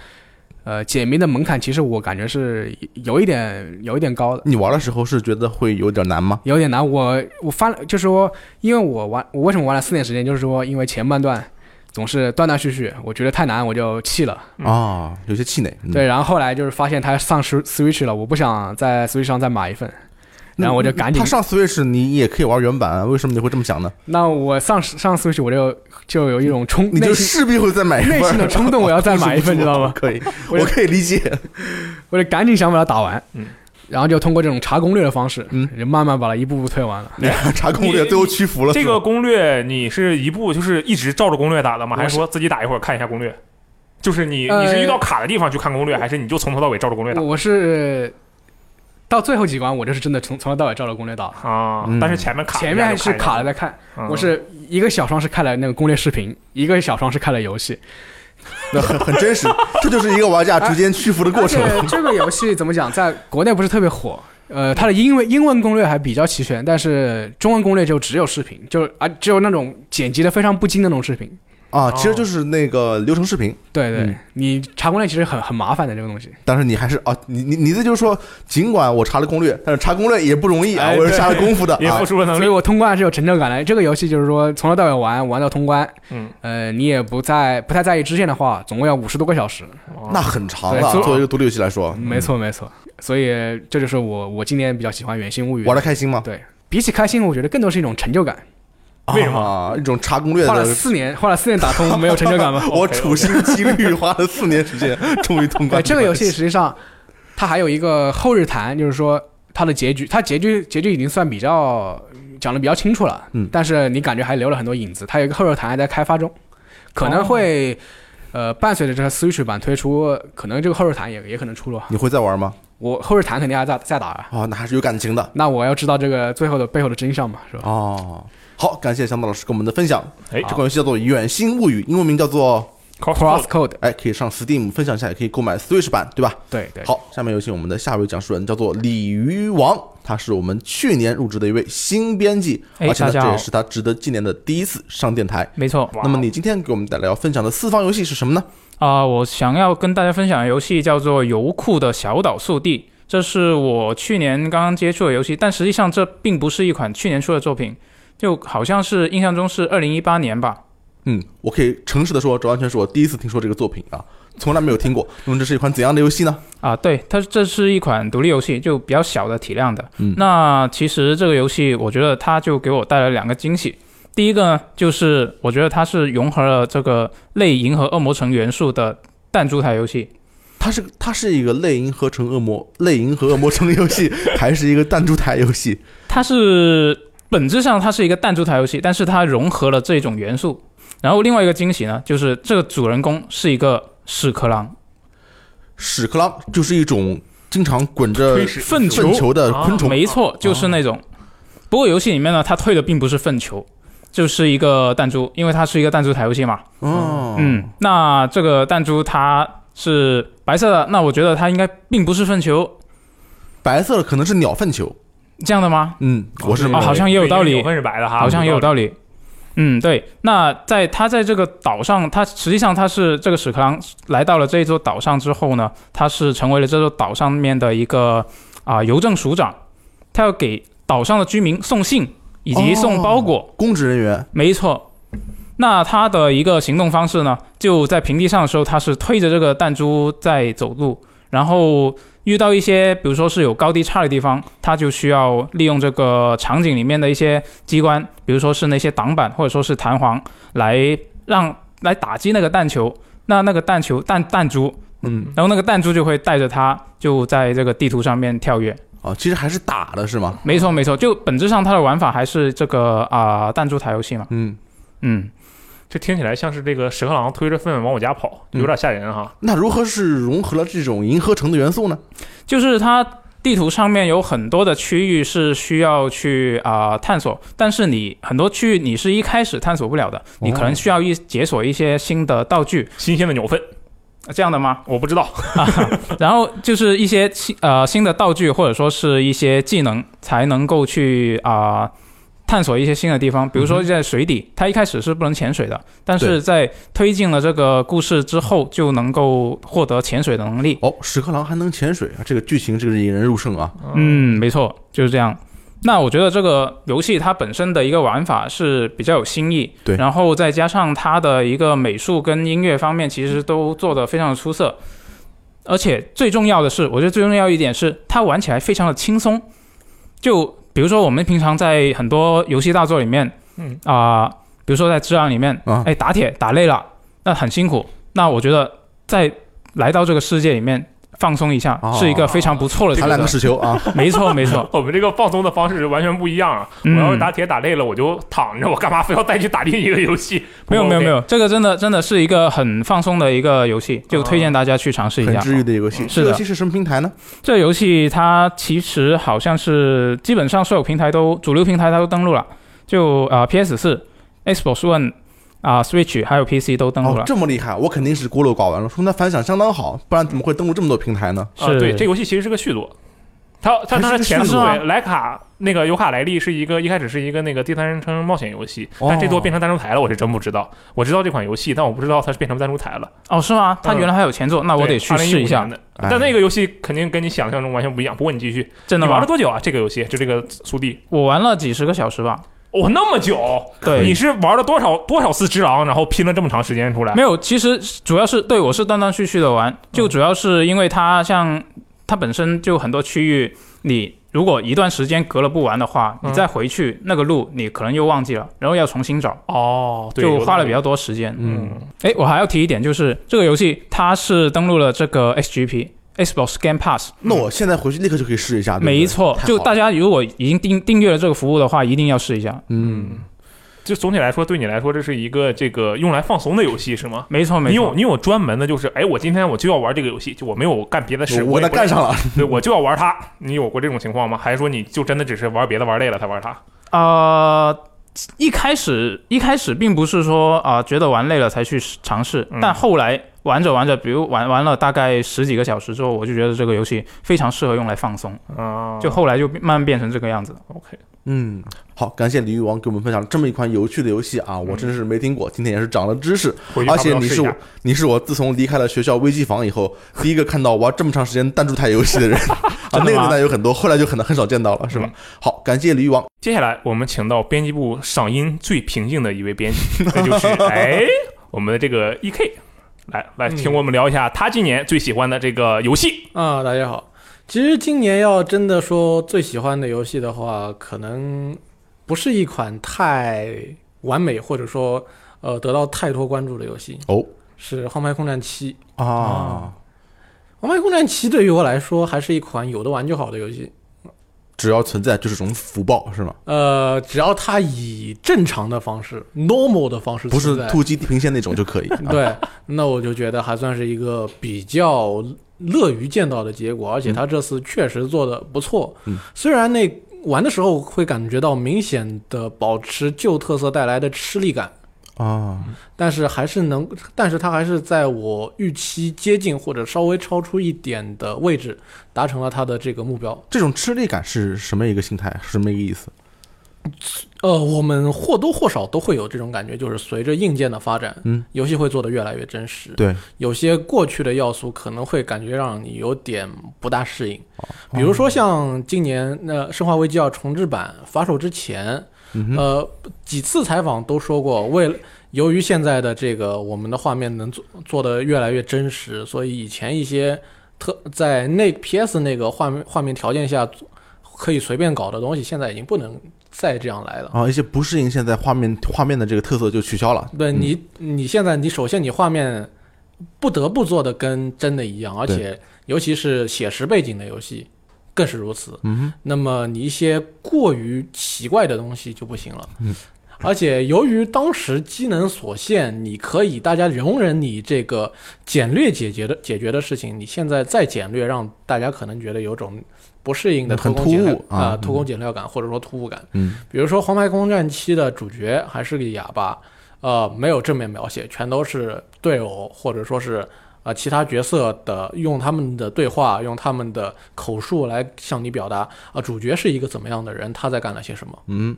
[SPEAKER 5] 呃解谜的门槛，其实我感觉是有一点有一点高的，
[SPEAKER 2] 你玩的时候是觉得会有点难吗？
[SPEAKER 5] 有点难。我我翻了，就是说，因为我玩我为什么玩了四年时间，就是说因为前半段总是断断续续，我觉得太难，我就弃了。
[SPEAKER 3] 嗯
[SPEAKER 2] 啊，有些气馁。嗯
[SPEAKER 5] 对，，然后后来就是发现它上 Swi- Switch 了，我不想在 Switch 上再买一份。然后我就赶紧
[SPEAKER 2] 他上 Switch 你也可以玩原版，啊为什么你会这么想呢？
[SPEAKER 5] 那我上上 Switch 我就就有一种冲
[SPEAKER 2] 你
[SPEAKER 5] 内
[SPEAKER 2] 就
[SPEAKER 5] 心
[SPEAKER 2] 势必会再买一份
[SPEAKER 5] 内心的冲动，我 要再买一份，知道吗？
[SPEAKER 2] 可以，
[SPEAKER 5] 我就
[SPEAKER 2] 我可以理解。
[SPEAKER 5] 我就赶紧想把它打完，
[SPEAKER 3] 嗯，
[SPEAKER 5] 然后就通过这种查攻略的方式，
[SPEAKER 2] 嗯，
[SPEAKER 5] 就慢慢把它一步步推完了。
[SPEAKER 2] 查攻略
[SPEAKER 3] 你
[SPEAKER 2] 最后屈服了。
[SPEAKER 3] 这
[SPEAKER 2] 是吧
[SPEAKER 3] 个攻略你是一步就是一直照着攻略打的吗？还是说自己打一会儿看一下攻略？就是你
[SPEAKER 5] 呃
[SPEAKER 3] 你是遇到卡的地方去看攻略，还是你就从头到尾照着攻略打
[SPEAKER 5] 我我是到最后几关，我就是真的从从头到尾照着攻略打，
[SPEAKER 3] 啊
[SPEAKER 2] 嗯？
[SPEAKER 3] 但是前面卡了
[SPEAKER 5] 前面是卡了
[SPEAKER 3] 的，
[SPEAKER 5] 再看。
[SPEAKER 3] 嗯
[SPEAKER 5] 我是一个小窗是看了那个攻略视频，一个小窗是看了游戏。
[SPEAKER 2] 那很很真实，这就是一个 玩家逐渐屈服的过程。
[SPEAKER 5] 啊而且这个游戏怎么讲，在国内不是特别火。呃，它的英文英文攻略还比较齐全，但是中文攻略就只有视频，就啊只有那种剪辑的非常不精的那种视频。
[SPEAKER 2] 啊，其实就是那个流程视频，
[SPEAKER 5] 对对，
[SPEAKER 2] 嗯
[SPEAKER 5] 你查攻略其实很很麻烦的这个东西。
[SPEAKER 2] 但是你还是啊，你你你的就是说，尽管我查了攻略，但是查攻略也不容易啊，
[SPEAKER 3] 哎
[SPEAKER 2] 我是下了功夫的
[SPEAKER 3] 也
[SPEAKER 2] 啊
[SPEAKER 3] 付。出了能
[SPEAKER 5] 所以
[SPEAKER 3] 力。
[SPEAKER 5] 我通关是有成就感的。这个游戏就是说从头到尾玩，玩到通关，
[SPEAKER 3] 嗯，
[SPEAKER 5] 呃，你也不在不太在意支线的话，总共要五十多个小时。
[SPEAKER 3] 嗯
[SPEAKER 2] 那很长了，
[SPEAKER 5] 对嗯
[SPEAKER 2] 作为一个独立游戏来说，
[SPEAKER 5] 没错没错，所以这就是我我今年比较喜欢《远星物语》
[SPEAKER 2] 玩的开心吗？
[SPEAKER 5] 对，比起开心，我觉得更多是一种成就感。
[SPEAKER 3] 为什么
[SPEAKER 2] 啊？一种查攻略
[SPEAKER 5] 花了
[SPEAKER 2] 的，？
[SPEAKER 5] 四年，花了四年打通，没有成就感吗
[SPEAKER 2] 我处心积 虑花了四年时间，终于通 关
[SPEAKER 5] 对，。哎这个游戏实际上它还有一个后日谈，就是说它的结局，它结局结局已经算比较讲的比较清楚了，
[SPEAKER 2] 嗯
[SPEAKER 5] 但是你感觉还留了很多影子，它有一个后日谈还在开发中，可能
[SPEAKER 3] 哦
[SPEAKER 5] 会、呃伴随着这个 Switch 版推出，可能这个后日谈也也可能出了，
[SPEAKER 2] 你会再玩吗？
[SPEAKER 5] 我后日谈肯定还在在打啊，
[SPEAKER 2] 啊，那还是有感情的
[SPEAKER 5] 那我要知道这个最后的背后的真相嘛，是吧？
[SPEAKER 2] 哦。好，感谢香道老师跟我们的分享。啊
[SPEAKER 3] 哎
[SPEAKER 2] 这款游戏叫做《远星物语》，英文名叫做
[SPEAKER 5] Cross
[SPEAKER 3] ，cross
[SPEAKER 5] Code，
[SPEAKER 2] 哎，可以上 Steam 分享一下，也可以购买 Switch 版，对吧？
[SPEAKER 5] 对对，
[SPEAKER 2] 好，下面有请我们的下一位讲述人，叫做鲤鱼王，他是我们去年入职的一位新编辑，
[SPEAKER 6] 哎
[SPEAKER 2] 而且呢，
[SPEAKER 6] 大家
[SPEAKER 2] 这
[SPEAKER 6] 好哦
[SPEAKER 2] 也是他值得纪念的第一次上电台。
[SPEAKER 6] 没错
[SPEAKER 3] 哇
[SPEAKER 2] 那么你今天给我们带来要分享的四方游戏是什么呢？
[SPEAKER 6] 啊、我想要跟大家分享的游戏叫做《油库的小岛速地》，这是我去年刚刚接触的游戏，但实际上这并不是一款去年出的作品，就好像是印象中是二零一八年吧。
[SPEAKER 2] 嗯，我可以诚实的说，这完全是我第一次听说这个作品啊，从来没有听过。那么这是一款怎样的游戏呢？
[SPEAKER 6] 啊，对，它这是一款独立游戏，就比较小的体量的。
[SPEAKER 2] 嗯
[SPEAKER 6] 那其实这个游戏，我觉得它就给我带来两个惊喜。第一个呢，就是我觉得它是融合了这个类银河恶魔城元素的弹珠台游戏。
[SPEAKER 2] 它是它是一个类银河城恶魔类银河恶魔城游 戏，还是一个弹珠台游戏？
[SPEAKER 6] 它是本质上它是一个弹珠台游戏，但是它融合了这种元素。然后另外一个惊喜呢，就是这个主人公是一个屎壳郎，
[SPEAKER 2] 屎壳郎就是一种经常滚着
[SPEAKER 3] 推屎
[SPEAKER 6] 粪球
[SPEAKER 2] 粪球的
[SPEAKER 3] 啊
[SPEAKER 2] 昆虫，
[SPEAKER 6] 没错，就是那种。不过游戏里面呢，它推的并不是粪球，就是一个弹珠，因为它是一个弹珠台游戏嘛。
[SPEAKER 2] 哦，
[SPEAKER 6] 嗯，那这个弹珠它是白色的，那我觉得它应该并不是粪球，
[SPEAKER 2] 白色的可能是鸟粪球，
[SPEAKER 6] 这样的吗？
[SPEAKER 2] 嗯，我是这么
[SPEAKER 6] 哦
[SPEAKER 2] 认为
[SPEAKER 6] 好像也有道理
[SPEAKER 3] 有分是白的哈，
[SPEAKER 6] 好像也有道理。嗯，对。那在他在这个岛上，他实际上他是这个屎壳郎来到了这一座岛上之后呢，他是成为了这座岛上面的一个啊、邮政署长，他要给岛上的居民送信以及送包裹。
[SPEAKER 2] 公职人员，
[SPEAKER 6] 没错。那他的一个行动方式呢，就在平地上的时候，他是推着这个弹珠在走路，然后遇到一些比如说是有高低差的地方，他就需要利用这个场景里面的一些机关，比如说是那些挡板或者说是弹簧，来让来打击那个弹球。那那个弹球弹弹珠，
[SPEAKER 2] 嗯，
[SPEAKER 6] 然后那个弹珠就会带着他就在这个地图上面跳跃。
[SPEAKER 2] 啊，其实还是打的是吗？
[SPEAKER 6] 没错没错，就本质上它的玩法还是这个啊、弹珠台游戏嘛。
[SPEAKER 2] 嗯，
[SPEAKER 6] 嗯，
[SPEAKER 3] 这听起来像是这个屎壳郎推着粪往我家跑，
[SPEAKER 6] 嗯
[SPEAKER 3] 有点吓人哈。
[SPEAKER 2] 那如何是融合了这种银河城的元素呢？
[SPEAKER 6] 就是它地图上面有很多的区域是需要去啊、探索，但是你很多区域你是一开始探索不了的，你可能需要一解锁一些新的道具，
[SPEAKER 3] 新鲜的牛粪，
[SPEAKER 6] 这样 的吗？
[SPEAKER 3] 我不知道。
[SPEAKER 6] 然后就是一些新呃新的道具或者说是一些技能才能够去啊、探索一些新的地方，比如说在水底，它一开始是不能潜水的，但
[SPEAKER 2] 对
[SPEAKER 6] 是在推进了这个故事之后，就能够获得潜水的能力。
[SPEAKER 2] 哦，屎壳郎还能潜水啊，这个剧情这个引人入胜啊，
[SPEAKER 6] 嗯，没错，就是这样。那我觉得这个游戏它本身的一个玩法是比较有新意，
[SPEAKER 2] 对
[SPEAKER 6] 然后再加上它的一个美术跟音乐方面，其实都做得非常的出色。而且最重要的是，我觉得最重要一点是，它玩起来非常的轻松。就比如说我们平常在很多游戏大作里面，
[SPEAKER 3] 嗯。
[SPEAKER 6] 啊、比如说在《质量》里面，
[SPEAKER 2] 啊
[SPEAKER 6] 哎，打铁打累了，那很辛苦。那我觉得在来到这个世界里面放松一下，
[SPEAKER 2] 哦
[SPEAKER 6] 是一个非常不错的选
[SPEAKER 2] 弹
[SPEAKER 6] 择。
[SPEAKER 2] 两个屎球啊，
[SPEAKER 6] 没错，没 错
[SPEAKER 3] 我们这个放松的方式完全不一样啊！我
[SPEAKER 6] 嗯
[SPEAKER 3] 要是打铁打累了，我就躺着，我干嘛非要再去打另一个游戏？
[SPEAKER 6] 没有
[SPEAKER 3] 不
[SPEAKER 6] 没有
[SPEAKER 3] OK
[SPEAKER 6] 没有，这个真的真的是一个很放松的一个游戏，就推荐大家去尝试一
[SPEAKER 2] 很
[SPEAKER 6] 下。
[SPEAKER 2] 治愈的游戏。
[SPEAKER 6] 是
[SPEAKER 2] 这
[SPEAKER 6] 的
[SPEAKER 2] 游戏是什么平台呢？
[SPEAKER 6] 这游戏它其实好像是基本上所有平台都主流平台它都登录了，就啊、PS 四、Xbox One 啊、Switch 还有 PC 都登录
[SPEAKER 2] 哦
[SPEAKER 6] 了，。
[SPEAKER 2] 这么厉害，我肯定是孤陋寡闻了，说明它反响相当好，不然怎么会登录这么多平台呢？
[SPEAKER 3] 啊，
[SPEAKER 6] 是
[SPEAKER 3] 对，这游戏其实是个续作，他他他
[SPEAKER 4] 还是
[SPEAKER 3] 的
[SPEAKER 4] 个
[SPEAKER 3] 前
[SPEAKER 4] 顺
[SPEAKER 3] 作
[SPEAKER 4] 路啊
[SPEAKER 3] 为莱卡那个尤卡莱利是一个一开始是一个那个第三人称冒险游戏，
[SPEAKER 2] 哦
[SPEAKER 3] 但这座变成弹珠台了，我是真不知道。我知道这款游戏，但我不知道它是变成弹珠台了。
[SPEAKER 6] 哦，是吗？它
[SPEAKER 3] 嗯
[SPEAKER 6] 原来还有前作，啊那我得去
[SPEAKER 3] 对
[SPEAKER 6] 试一
[SPEAKER 3] 2015
[SPEAKER 6] 下
[SPEAKER 3] 年。的。
[SPEAKER 2] 哎
[SPEAKER 3] 啊但那个游戏肯定跟你想象中完全不一样。不过你继续，
[SPEAKER 6] 真
[SPEAKER 3] 你
[SPEAKER 6] 的
[SPEAKER 3] 玩
[SPEAKER 6] 吗
[SPEAKER 3] 了？多久啊？这个游戏就这个速递，
[SPEAKER 6] 我玩了几十个小时吧。
[SPEAKER 3] 哦，那么久，
[SPEAKER 6] 对
[SPEAKER 3] 你是玩了多少多少次只狼，然后拼了这么长时间出来？
[SPEAKER 6] 没有，其实主要是对我是断断续续的玩，就主要是因为它像它本身就很多区域，你如果一段时间隔了不玩的话，
[SPEAKER 3] 嗯
[SPEAKER 6] 你再回去那个路你可能又忘记了，然后要重新找，
[SPEAKER 3] 哦，对，
[SPEAKER 6] 就
[SPEAKER 3] 有
[SPEAKER 6] 花了
[SPEAKER 3] 道
[SPEAKER 6] 比
[SPEAKER 3] 理
[SPEAKER 6] 较多时间。
[SPEAKER 2] 嗯，
[SPEAKER 6] 哎，我还要提一点，就是这个游戏它是登录了这个 XGP。Xbox Game Pass，
[SPEAKER 3] 啊
[SPEAKER 2] 那我现在回去立刻就可以试一下。对不对
[SPEAKER 6] 没 错，就大
[SPEAKER 2] 家
[SPEAKER 6] 家如果已经订订阅了这个服务的话，一定要试一下。
[SPEAKER 2] 嗯，
[SPEAKER 3] 就总体来说，对你来说这是一个这个用来放松的游戏是吗？
[SPEAKER 6] 没错，没错。
[SPEAKER 3] 你有你有专门的，就是哎，我今天我就要玩这个游戏，就我没有干别的事，
[SPEAKER 2] 我
[SPEAKER 3] 也
[SPEAKER 2] 在
[SPEAKER 3] 不
[SPEAKER 2] 干上了。
[SPEAKER 3] 对，我就要玩它。你有过这种情况吗？还是说你就真的只是玩别的玩累了才玩它？
[SPEAKER 6] 呃，一开始一开始并不是说啊、觉得玩累了才去试尝试，
[SPEAKER 3] 嗯
[SPEAKER 6] 但后来玩着玩着，比如玩玩了大概十几个小时之后，我就觉得这个游戏非常适合用来放松，
[SPEAKER 7] 哦
[SPEAKER 3] 啊，
[SPEAKER 6] 就后来就慢慢变成这个样子。
[SPEAKER 3] OK，
[SPEAKER 2] 嗯，好，感谢鲤鱼王给我们分享这么一款有趣的游戏啊！我真是没听过，今天也是长了知识。
[SPEAKER 3] 回去
[SPEAKER 2] 而
[SPEAKER 3] 差不
[SPEAKER 2] 且
[SPEAKER 3] 多
[SPEAKER 2] 你
[SPEAKER 3] 试
[SPEAKER 2] 是
[SPEAKER 3] 一
[SPEAKER 2] 我
[SPEAKER 3] 下，
[SPEAKER 2] 你是我自从离开了学校微机房以后，第一个看到玩这么长时间弹珠台游戏的人 啊，那
[SPEAKER 6] 真
[SPEAKER 2] 个
[SPEAKER 6] 的吗
[SPEAKER 2] 年代有很多，后来就很很少见到了，是吧
[SPEAKER 3] 嗯？
[SPEAKER 2] 好，感谢鲤鱼王。
[SPEAKER 3] 接下来我们请到编辑部赏音最平静的一位编 辑，那就是哎，我们的这个 E K，来来
[SPEAKER 8] 嗯
[SPEAKER 3] 听我们聊一下他今年最喜欢的这个游戏。
[SPEAKER 8] 啊，大家好。其实今年要真的说最喜欢的游戏的话，可能不是一款太完美或者说呃得到太多关注的游戏
[SPEAKER 2] 哦，
[SPEAKER 8] 是《荒牌空战七》。
[SPEAKER 2] 啊，
[SPEAKER 8] 《荒牌空战七》对于我来说还是一款有的玩就好的游戏。
[SPEAKER 2] 只要存在就是种福报，是吗？
[SPEAKER 8] 呃，只要它以正常的方式 （normal 的方式
[SPEAKER 2] 不是
[SPEAKER 8] 存在
[SPEAKER 2] 突击地平线那种就可以。 啊，
[SPEAKER 8] 对，那我就觉得还算是一个比较乐于见到的结果，而且他这次确实做的不错。
[SPEAKER 2] 嗯
[SPEAKER 8] 虽然那玩的时候会感觉到明显的保持旧特色带来的吃力感，
[SPEAKER 2] 啊，
[SPEAKER 8] 但是还是能，但是他还是在我预期接近或者稍微超出一点的位置达成了他的这个目标。
[SPEAKER 2] 这种吃力感是什么一个心态？是什么一个意思？
[SPEAKER 8] 呃，我们或多或少都会有这种感觉，就是随着硬件的发展，
[SPEAKER 2] 嗯，
[SPEAKER 8] 游戏会做得越来越真实。
[SPEAKER 2] 对，
[SPEAKER 8] 有些过去的要素可能会感觉让你有点不大适应，比如说像今年那《生化危机》要重置版发售之前，
[SPEAKER 2] 嗯哼，
[SPEAKER 8] 呃，几次采访都说过，为了由于现在的这个我们的画面能做做的越来越真实，所以以前一些特在那 PS 那个画面画面条件下可以随便搞的东西，现在已经不能再这样来了。
[SPEAKER 2] 啊，一些不适应现在画面画面的这个特色就取消了。
[SPEAKER 8] 对
[SPEAKER 2] 嗯
[SPEAKER 8] 你，你现在你首先你画面不得不做的跟真的一样，而
[SPEAKER 2] 对
[SPEAKER 8] 且尤其是写实背景的游戏更是如此。
[SPEAKER 2] 嗯哼。
[SPEAKER 8] 那么你一些过于奇怪的东西就不行了。
[SPEAKER 2] 嗯
[SPEAKER 8] 而且由于当时机能所限，你可以大家容忍你这个简略解决的解决的事情，你现在再简略，让大家可能觉得有种不适应的
[SPEAKER 2] 很
[SPEAKER 8] 偷工减
[SPEAKER 2] 突
[SPEAKER 8] 料
[SPEAKER 2] 兀啊
[SPEAKER 8] 啊，
[SPEAKER 2] 嗯
[SPEAKER 8] 偷工减料感或者说突兀感。
[SPEAKER 2] 嗯，
[SPEAKER 8] 比如说《黄牌空战七》的主角还是个哑巴，呃，没有正面描写，全都是队友或者说是呃其他角色的用他们的对话、用他们的口述来向你表达啊、呃主角是一个怎么样的人，他在干了些什么。
[SPEAKER 2] 嗯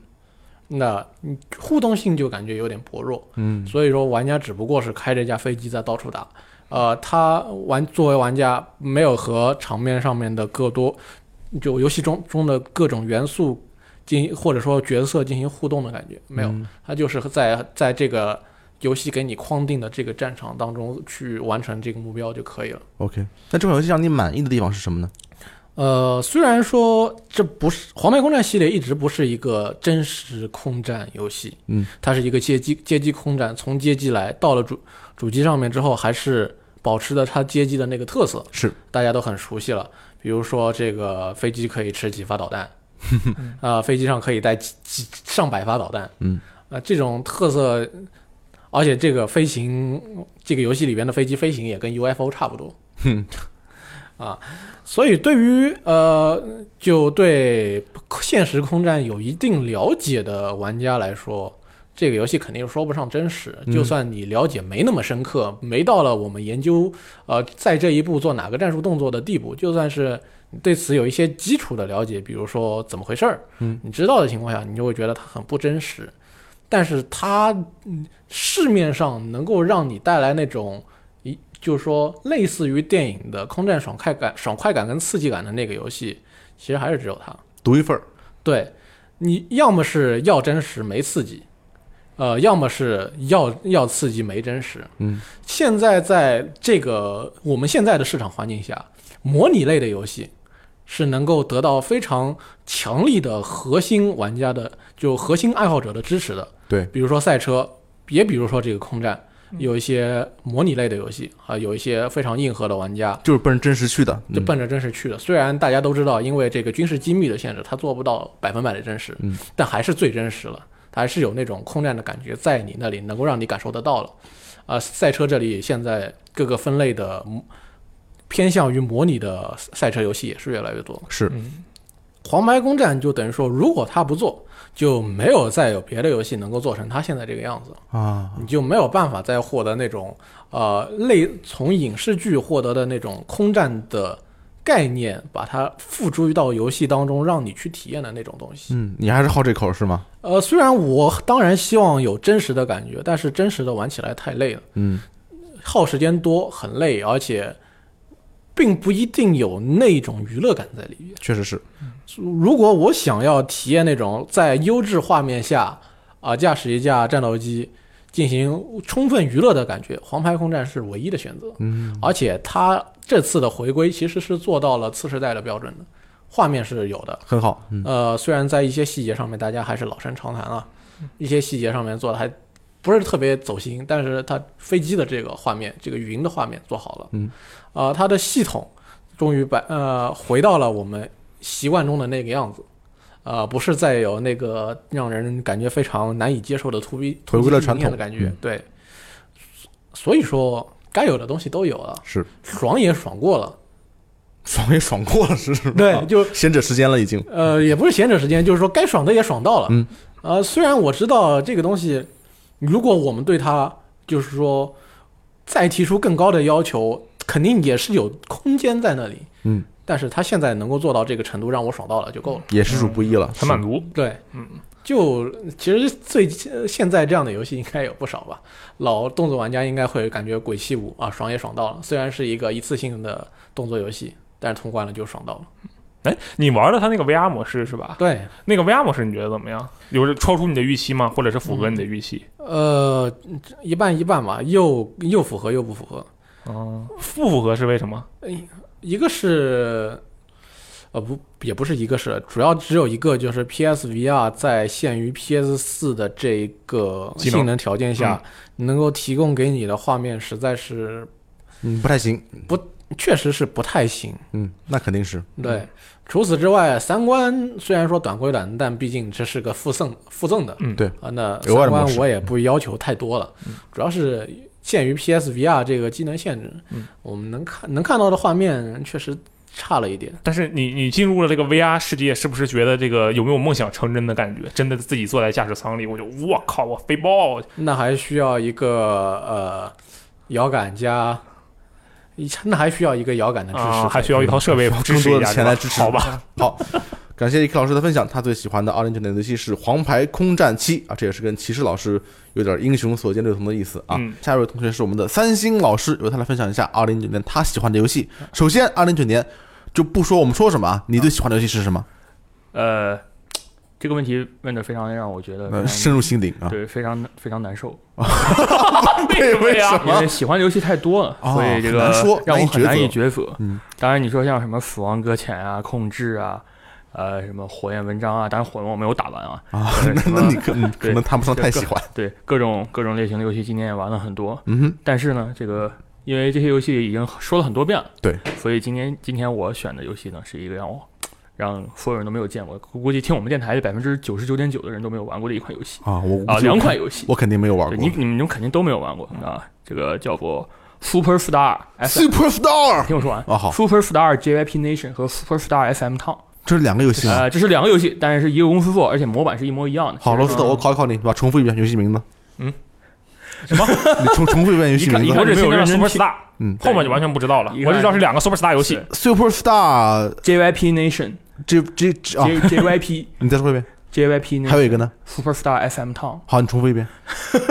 [SPEAKER 8] 那嗯互动性就感觉有点薄弱，
[SPEAKER 2] 嗯
[SPEAKER 8] 所以说玩家只不过是开着一架飞机在到处打。呃，他玩作为玩家没有和场面上面的各多，就游戏中中的各种元素进或者说角色进行互动的感觉没有，
[SPEAKER 2] 嗯
[SPEAKER 8] 他就是在在这个游戏给你框定的这个战场当中去完成这个目标就可以了。
[SPEAKER 2] ，OK。那这款游戏让你满意的地方是什么呢？
[SPEAKER 8] 呃，虽然说这不是《黄牌空战》系列一直不是一个真实空战游戏，
[SPEAKER 2] 嗯，
[SPEAKER 8] 它是一个街机街机空战，从街机来到了主主机上面之后，还是保持着它街机的那个特色，
[SPEAKER 2] 是
[SPEAKER 8] 大家都很熟悉了。比如说这个飞机可以吃几发导 弹，啊、飞机上可以带几几上百发导弹，
[SPEAKER 2] 嗯，
[SPEAKER 8] 啊、这种特色，而且这个飞行这个游戏里边的飞机飞行也跟 UFO 差不多，所以对于呃，就对现实空战有一定了解的玩家来说，这个游戏肯定说不上真实。就算你了解没那么深刻，没到了我们研究呃在这一步做哪个战术动作的地步，就算是你对此有一些基础的了解，比如说怎么回事儿，
[SPEAKER 2] 嗯，
[SPEAKER 8] 你知道的情况下，你就会觉得它很不真实。但是它嗯市面上能够让你带来那种一就是说类似于电影的空战爽快感、爽快感跟刺激感的那个游戏，其实还是只有它。
[SPEAKER 2] 独一份儿，
[SPEAKER 8] 对你要么是要真实没刺激，呃，要么是要要刺激没真实。
[SPEAKER 2] 嗯，
[SPEAKER 8] 现在在这个我们现在的市场环境下，模拟类的游戏是能够得到非常强力的核心玩家的，就核心爱好者的支持的。
[SPEAKER 2] 对
[SPEAKER 8] 比如说赛车，也比如说这个空战。有一些模拟类的游戏啊、有一些非常硬核的玩家，
[SPEAKER 2] 就是奔着真实去的，
[SPEAKER 8] 就
[SPEAKER 2] 嗯
[SPEAKER 8] 奔着真实去的。虽然大家都知道，因为这个军事机密的限制，它做不到百分百的真实，
[SPEAKER 2] 嗯
[SPEAKER 8] 但还是最真实了，它还是有那种空战的感觉在你那里，能够让你感受得到了。啊、赛车这里现在各个分类的嗯偏向于模拟的赛车游戏也是越来越多。
[SPEAKER 2] 是
[SPEAKER 8] 黄牌攻战就等于说，如果它不做，就没有再有别的游戏能够做成它现在这个样子了。
[SPEAKER 2] 啊，
[SPEAKER 8] 你就没有办法再获得那种呃类从影视剧获得的那种空战的概念，把它付诸于到游戏当中，让你去体验的那种东西。
[SPEAKER 2] 嗯，你还是好这口是吗？
[SPEAKER 8] 呃，虽然我当然希望有真实的感觉，但是真实的玩起来太累了，
[SPEAKER 2] 嗯，
[SPEAKER 8] 耗时间多，很累，而且并不一定有那种娱乐感在里面。
[SPEAKER 2] 确实是，
[SPEAKER 7] 嗯
[SPEAKER 8] 如果我想要体验那种在优质画面下啊、驾驶一架战斗机进行充分娱乐的感觉，黄牌空战是唯一的选择。
[SPEAKER 2] 嗯，
[SPEAKER 8] 而且它这次的回归其实是做到了次世代的标准的，画面是有的。
[SPEAKER 2] 很好，嗯，
[SPEAKER 8] 呃，虽然在一些细节上面大家还是老生常谈啊，一些细节上面做的还不是特别走心，但是它飞机的这个画面，这个云的画面做好了，
[SPEAKER 2] 嗯，
[SPEAKER 8] 啊，它的系统终于把呃回到了我们习惯中的那个样子。呃，不是再有那个让人感觉非常难以接受的突逼
[SPEAKER 2] 回归了传
[SPEAKER 8] 面的
[SPEAKER 2] 统
[SPEAKER 8] 感觉，
[SPEAKER 2] 嗯
[SPEAKER 8] 对。所以说，该有的东西都有了，
[SPEAKER 2] 是
[SPEAKER 8] 爽也爽过了，啊
[SPEAKER 2] 爽也爽过了，是是吧？
[SPEAKER 8] 对，就
[SPEAKER 2] 闲者时间了已经，
[SPEAKER 8] 呃，也不是闲者时间，就是说该爽的也爽到了。
[SPEAKER 2] 嗯，
[SPEAKER 8] 呃，虽然我知道这个东西，如果我们对它就是说再提出更高的要求，肯定也是有空间在那里。
[SPEAKER 2] 嗯，
[SPEAKER 8] 但是它现在能够做到这个程度，让我爽到了就够了。
[SPEAKER 2] 也实属不易了，
[SPEAKER 3] 很满足。
[SPEAKER 8] 对，
[SPEAKER 3] 嗯，
[SPEAKER 8] 就其实最呃现在这样的游戏应该有不少吧，老动作玩家应该会感觉《鬼泣五》啊爽也爽到了，虽然是一个一次性的动作游戏，但是通关了就爽到了。
[SPEAKER 3] 哎，你玩了它那个 VR 模式是吧？
[SPEAKER 8] 对，
[SPEAKER 3] 那个 VR 模式你觉得怎么样？有超出你的预期吗？或者是符合你的预期？
[SPEAKER 8] 呃，一半一半吧，又又符合又不符合。
[SPEAKER 3] 哦，不符合是为什么？
[SPEAKER 8] 一个是，呃，不，也不是一个是，主要只有一个，就是 PSVR 在限于 PS 四的这个
[SPEAKER 3] 技能嗯
[SPEAKER 8] 性能条件下，能够提供给你的画面实在是
[SPEAKER 2] 嗯，不太行，
[SPEAKER 8] 确实是不太行。
[SPEAKER 2] 嗯，那肯定是，
[SPEAKER 8] 对，除此之外，三观虽然说短归短，但毕竟这是个附赠附赠的，
[SPEAKER 3] 嗯
[SPEAKER 2] 对
[SPEAKER 8] 啊，那
[SPEAKER 2] 额外的
[SPEAKER 8] 三
[SPEAKER 2] 模
[SPEAKER 8] 观
[SPEAKER 2] 式嗯
[SPEAKER 8] 我也不要求太多了，主要是限于 PSVR 这个机能限制，
[SPEAKER 3] 嗯
[SPEAKER 8] 我们能看能看到的画面确实差了一点。
[SPEAKER 3] 但是你你进入了这个 VR 世界，是不是觉得这个有没有梦想成真的感觉？真的自己坐在驾驶舱里，我就我靠，我飞爆！
[SPEAKER 8] 那还需要一个呃摇杆加，一那还需要一个摇杆的支持，
[SPEAKER 3] 啊，还需要一套设 备支
[SPEAKER 2] 更
[SPEAKER 3] 持
[SPEAKER 2] 多
[SPEAKER 3] 一
[SPEAKER 2] 的
[SPEAKER 3] 下，
[SPEAKER 2] 钱来支持，
[SPEAKER 3] 好吧？，
[SPEAKER 2] 好。感谢 EK 老师的分享，他最喜欢的二零九年的游戏是《黄牌空战七》啊，这也是跟骑士老师有点英雄所见略同的意思啊。
[SPEAKER 3] 嗯
[SPEAKER 2] 下一位同学是我们的三星老师，由他来分享一下二零九年他喜欢的游戏。首先，二零九年就不说我们说什么啊，你最喜欢的游戏是什么？
[SPEAKER 7] 呃，这个问题问的非常让我觉得非
[SPEAKER 2] 呃，
[SPEAKER 7] 常
[SPEAKER 2] 深入心灵啊。
[SPEAKER 7] 对非常非常难受，
[SPEAKER 3] 为什么呀？
[SPEAKER 7] 因为喜欢的游戏太多了，
[SPEAKER 2] 哦
[SPEAKER 7] 所以这
[SPEAKER 2] 很
[SPEAKER 7] 个
[SPEAKER 2] 难说
[SPEAKER 7] 让我很
[SPEAKER 2] 难
[SPEAKER 7] 难
[SPEAKER 2] 以
[SPEAKER 7] 以抉择。
[SPEAKER 2] 嗯
[SPEAKER 7] 当然你说像什么《死亡搁浅》啊、《控制》啊、呃什么《火焰纹章》啊，当然《火焰》我没有打完啊，
[SPEAKER 2] 啊，
[SPEAKER 7] 对
[SPEAKER 2] 那
[SPEAKER 7] 什么
[SPEAKER 2] 那你可嗯可
[SPEAKER 7] 对
[SPEAKER 2] 能谈不上太喜欢。
[SPEAKER 7] 对各种各种类型的游戏，今年也玩了很多。
[SPEAKER 2] 嗯哼，
[SPEAKER 7] 但是呢，这个因为这些游戏已经说了很多遍了，
[SPEAKER 2] 对，
[SPEAKER 7] 所以今天今天我选的游戏呢，是一个让我让所有人都没有见过，估计听我们电台的百分之九十九点九的人都没有玩过的一款游戏
[SPEAKER 2] 啊，我
[SPEAKER 7] 啊，两款游戏，
[SPEAKER 2] 我肯定没有玩
[SPEAKER 7] 对
[SPEAKER 2] 过。
[SPEAKER 7] 你你们肯定都没有玩过啊，这个叫做 Super Star S，
[SPEAKER 2] Superstar
[SPEAKER 7] 哎听我说完
[SPEAKER 2] 啊好
[SPEAKER 7] ，Super Star JYP Nation 和 Super Star SM Town
[SPEAKER 2] 这是两个游戏啊。
[SPEAKER 7] 呃，这是两个游戏，但是是一个公司做，而且模板是一模一样的。
[SPEAKER 2] 好，罗斯特，我考一考你，把重复一遍游戏名字。
[SPEAKER 3] 嗯，
[SPEAKER 2] 什 么？你重重复一遍游戏
[SPEAKER 7] 一
[SPEAKER 2] 名
[SPEAKER 7] 看
[SPEAKER 2] 字
[SPEAKER 3] 我。只
[SPEAKER 7] 没
[SPEAKER 3] 听
[SPEAKER 7] 有
[SPEAKER 3] 到
[SPEAKER 7] 认真
[SPEAKER 3] Super
[SPEAKER 7] 听
[SPEAKER 3] Star，
[SPEAKER 2] 嗯
[SPEAKER 3] 后面就完全不知道了。
[SPEAKER 7] 一
[SPEAKER 3] 我
[SPEAKER 7] 看
[SPEAKER 3] 只知道是两个 Super Star 游戏
[SPEAKER 7] 是，
[SPEAKER 2] ，Superstar
[SPEAKER 7] JYP Nation、
[SPEAKER 2] 这这这啊，
[SPEAKER 7] J JYP、
[SPEAKER 2] 你再说一遍。
[SPEAKER 7] JYP
[SPEAKER 2] 还
[SPEAKER 7] Nation、
[SPEAKER 2] 有一个呢？
[SPEAKER 7] Superstar FM Town。
[SPEAKER 2] 好，你重复一遍。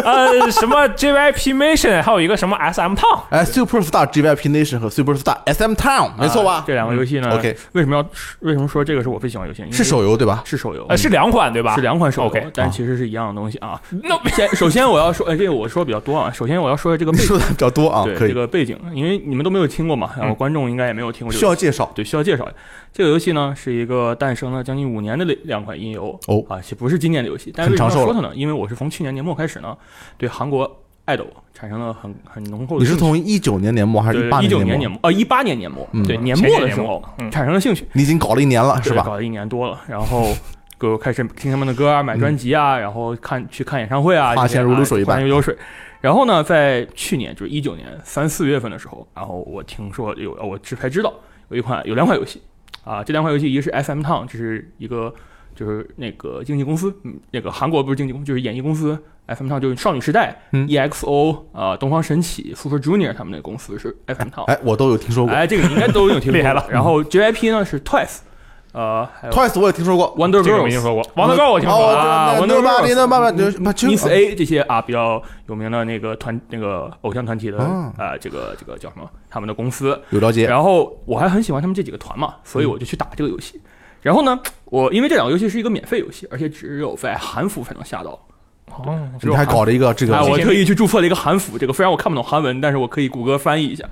[SPEAKER 3] 呃，什么 JYP Mission，还有一个什么 SM Town，
[SPEAKER 2] 哎，Superstar JYP Nation 和 Superstar SM Town，没错吧
[SPEAKER 7] 这
[SPEAKER 3] 嗯
[SPEAKER 7] 啊两个游戏呢
[SPEAKER 2] ？OK，
[SPEAKER 7] 为什么要为什么说这个是我最喜欢的游戏？因为
[SPEAKER 2] 是手游对吧？
[SPEAKER 7] 是手游
[SPEAKER 3] 呃，，是两款对吧？
[SPEAKER 7] 嗯是两款手
[SPEAKER 3] OK，
[SPEAKER 7] 游，但
[SPEAKER 2] 啊
[SPEAKER 7] 其实是一样的东西啊。
[SPEAKER 3] 那
[SPEAKER 7] 先首先我要说，呃，这个我说的比较多啊。首先我要说的这个
[SPEAKER 2] 你
[SPEAKER 7] 背 景
[SPEAKER 2] 说，的比较多啊，
[SPEAKER 7] 对
[SPEAKER 2] 可
[SPEAKER 7] 这
[SPEAKER 2] 以。
[SPEAKER 7] 个背景，因为你们都没有听过嘛，然
[SPEAKER 3] 嗯
[SPEAKER 7] 后观众应该也没有听过这
[SPEAKER 2] 需
[SPEAKER 7] 个游
[SPEAKER 2] 要
[SPEAKER 7] 戏，
[SPEAKER 2] 介绍
[SPEAKER 7] 对需要介绍一下。这个游戏呢，是一个诞生了将近五年的两款音游
[SPEAKER 2] 哦
[SPEAKER 7] 啊，且不是今年的游戏。但
[SPEAKER 2] 很
[SPEAKER 7] 是为什
[SPEAKER 2] 长
[SPEAKER 7] 么要
[SPEAKER 2] 寿
[SPEAKER 7] 说它呢？因为我是从去年年末开始呢，对韩国爱豆产生了很很浓厚的
[SPEAKER 2] 你是
[SPEAKER 7] 兴趣
[SPEAKER 2] 从一九年年末还是
[SPEAKER 7] 对
[SPEAKER 2] 一八
[SPEAKER 7] 一九
[SPEAKER 2] 年
[SPEAKER 7] 年
[SPEAKER 2] 末？
[SPEAKER 7] 末呃一八年年末
[SPEAKER 2] 嗯
[SPEAKER 7] 对年
[SPEAKER 3] 前
[SPEAKER 7] 末
[SPEAKER 3] 年
[SPEAKER 7] 的
[SPEAKER 3] 年
[SPEAKER 7] 时
[SPEAKER 3] 末
[SPEAKER 7] 候
[SPEAKER 3] 嗯
[SPEAKER 7] 产生了兴趣，
[SPEAKER 2] 你已经搞了一年了是
[SPEAKER 7] 对
[SPEAKER 2] 吧？
[SPEAKER 7] 搞了一年多了，然后就开始听他们的歌啊，买专辑啊，然后看去看演唱会啊，
[SPEAKER 2] 嗯花
[SPEAKER 7] 这些
[SPEAKER 2] 钱如
[SPEAKER 7] 啊
[SPEAKER 2] 流水一般
[SPEAKER 7] 花钱如流水。然后呢，在去年就是一九年三四月份的时候，然后我听说有，呃我知才知道有一款有两款游戏啊，这两款游戏一个是 SM Town，这是一个就是那个经纪公司，嗯，那个韩国不是经纪公司，就是演艺公司。FM Town 就是少女时代、
[SPEAKER 2] 嗯
[SPEAKER 7] EXO 啊、东方神起、Super Junior 他们那个公司是 FM Town。
[SPEAKER 2] 哎，我都有听说过
[SPEAKER 7] 哎，这个你应该都有听说过
[SPEAKER 3] 厉害了
[SPEAKER 7] 然后 JYP 呢是 Twice，呃，还有
[SPEAKER 2] ，Twice 我也听说过。
[SPEAKER 7] Wonder
[SPEAKER 3] 这个我没听
[SPEAKER 7] Girls、
[SPEAKER 3] 说过，王德高我听说过，
[SPEAKER 7] 啊
[SPEAKER 2] 哦，
[SPEAKER 7] Wonder
[SPEAKER 2] 那
[SPEAKER 7] Girls
[SPEAKER 2] 那慢慢就是那就
[SPEAKER 7] Miss A 这些啊比较有名的那个团那个偶像团体的
[SPEAKER 3] 嗯
[SPEAKER 2] 啊
[SPEAKER 7] 啊，这个这个叫什么？他们的公司。
[SPEAKER 2] 有了解。
[SPEAKER 7] 然后我还很喜欢他们这几个团
[SPEAKER 3] 嗯
[SPEAKER 7] 嘛，所以我就去打这个游戏。然后呢，我因为这两个游戏是一个免费游戏，而且只有在韩服才能下到。
[SPEAKER 3] 哦
[SPEAKER 7] 只有
[SPEAKER 2] 你还搞了一个这个
[SPEAKER 7] 哎，，我
[SPEAKER 3] 这些
[SPEAKER 7] 特意去注册了一个韩服，这个虽然我看不懂韩文，但是我可以谷歌翻译一下，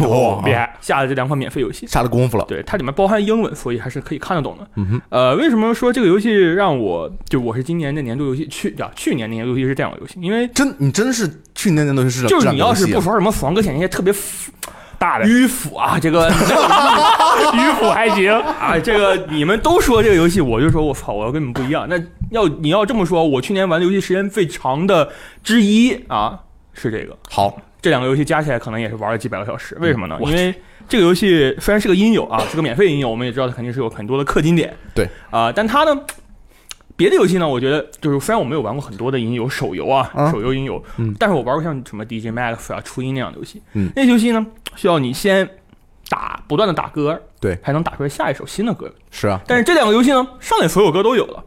[SPEAKER 2] 哦
[SPEAKER 3] 厉害，
[SPEAKER 7] 下了这两款免费游戏。
[SPEAKER 2] 下了功夫了。
[SPEAKER 7] 对，它里面包含英文，所以还是可以看得懂的。
[SPEAKER 2] 嗯哼，
[SPEAKER 7] 呃，为什么说这个游戏让我就我是今年的年度游戏去啊，去年的年度游戏是这样的游戏，因为
[SPEAKER 2] 真你真是去年年都是
[SPEAKER 7] 就是
[SPEAKER 2] 这
[SPEAKER 7] 你
[SPEAKER 2] 两
[SPEAKER 7] 要
[SPEAKER 2] 个游
[SPEAKER 7] 是
[SPEAKER 2] 戏啊
[SPEAKER 7] 不说什么死亡搁浅那些特别腐
[SPEAKER 3] 大的
[SPEAKER 7] 迂腐啊，这 个
[SPEAKER 3] 迂腐还行，
[SPEAKER 7] 啊，这个你们都说这个游戏，我就说我操，我要跟你们不一样。那要你要这么说，我去年玩的游戏时间最长的之一啊是这个，
[SPEAKER 2] 好，
[SPEAKER 7] 这两个游戏加起来可能也是玩了几百个小时。为什么呢？因为这个游戏虽然是个音游啊，是个免费音游，我们也知道它肯定是有很多的氪金点。
[SPEAKER 2] 对
[SPEAKER 7] 啊、但它呢，别的游戏呢，我觉得就是虽然我没有玩过很多的音游手游啊，
[SPEAKER 2] 啊
[SPEAKER 7] 手游音游，
[SPEAKER 2] 嗯
[SPEAKER 7] 但是我玩过像什么 DJ Max 啊、初音那样的游戏。
[SPEAKER 2] 嗯
[SPEAKER 7] 那些游戏呢，需要你先打不断的打歌，
[SPEAKER 2] 对
[SPEAKER 7] 才能打出来下一首新的歌。
[SPEAKER 2] 是啊，
[SPEAKER 7] 但是这两个游戏呢，上来所有歌都有了，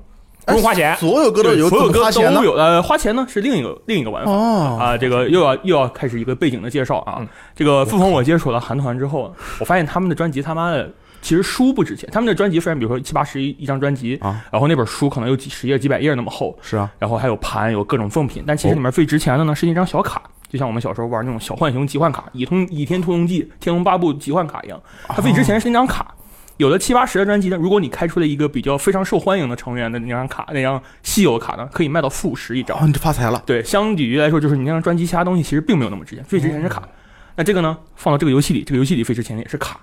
[SPEAKER 3] 不用花钱，
[SPEAKER 2] 所有歌都
[SPEAKER 7] 对
[SPEAKER 2] 有，
[SPEAKER 7] 所有
[SPEAKER 2] 怎么
[SPEAKER 7] 歌
[SPEAKER 2] 花
[SPEAKER 7] 都
[SPEAKER 2] 钱呢？
[SPEAKER 7] 有。呃，花钱呢是另一个另一个玩法。
[SPEAKER 2] 哦，
[SPEAKER 7] 啊，这个又要又要开始一个背景的介绍啊。
[SPEAKER 3] 嗯
[SPEAKER 7] 这个自从我接触了韩团之后，我发现他们的专辑他妈的其实书不值钱，他们的专辑虽然比如说七八十一一张专辑，
[SPEAKER 2] 啊
[SPEAKER 7] 然后那本书可能有几十页几百页那么厚，
[SPEAKER 2] 是啊，
[SPEAKER 7] 然后还有盘有各种赠品，但
[SPEAKER 2] 哦
[SPEAKER 7] 其实里面最值钱的呢是一张小卡。就像我们小时候玩那种小浣熊集换卡、倚通倚天屠龙记、天龙八部集换卡一样，它最值钱是那张卡。
[SPEAKER 2] 哦
[SPEAKER 7] 有的七八十的专辑呢，如果你开出了一个比较非常受欢迎的成员的那张卡，那张稀有卡呢，可以卖到四五十一张
[SPEAKER 2] 哦，。你这发财了，
[SPEAKER 7] 对，相比于来说，就是你那张专辑其他东西其实并没有那么值钱，最值钱是
[SPEAKER 2] 哦
[SPEAKER 7] 卡。那这个呢，放到这个游戏里，这个游戏里最值钱的也是卡，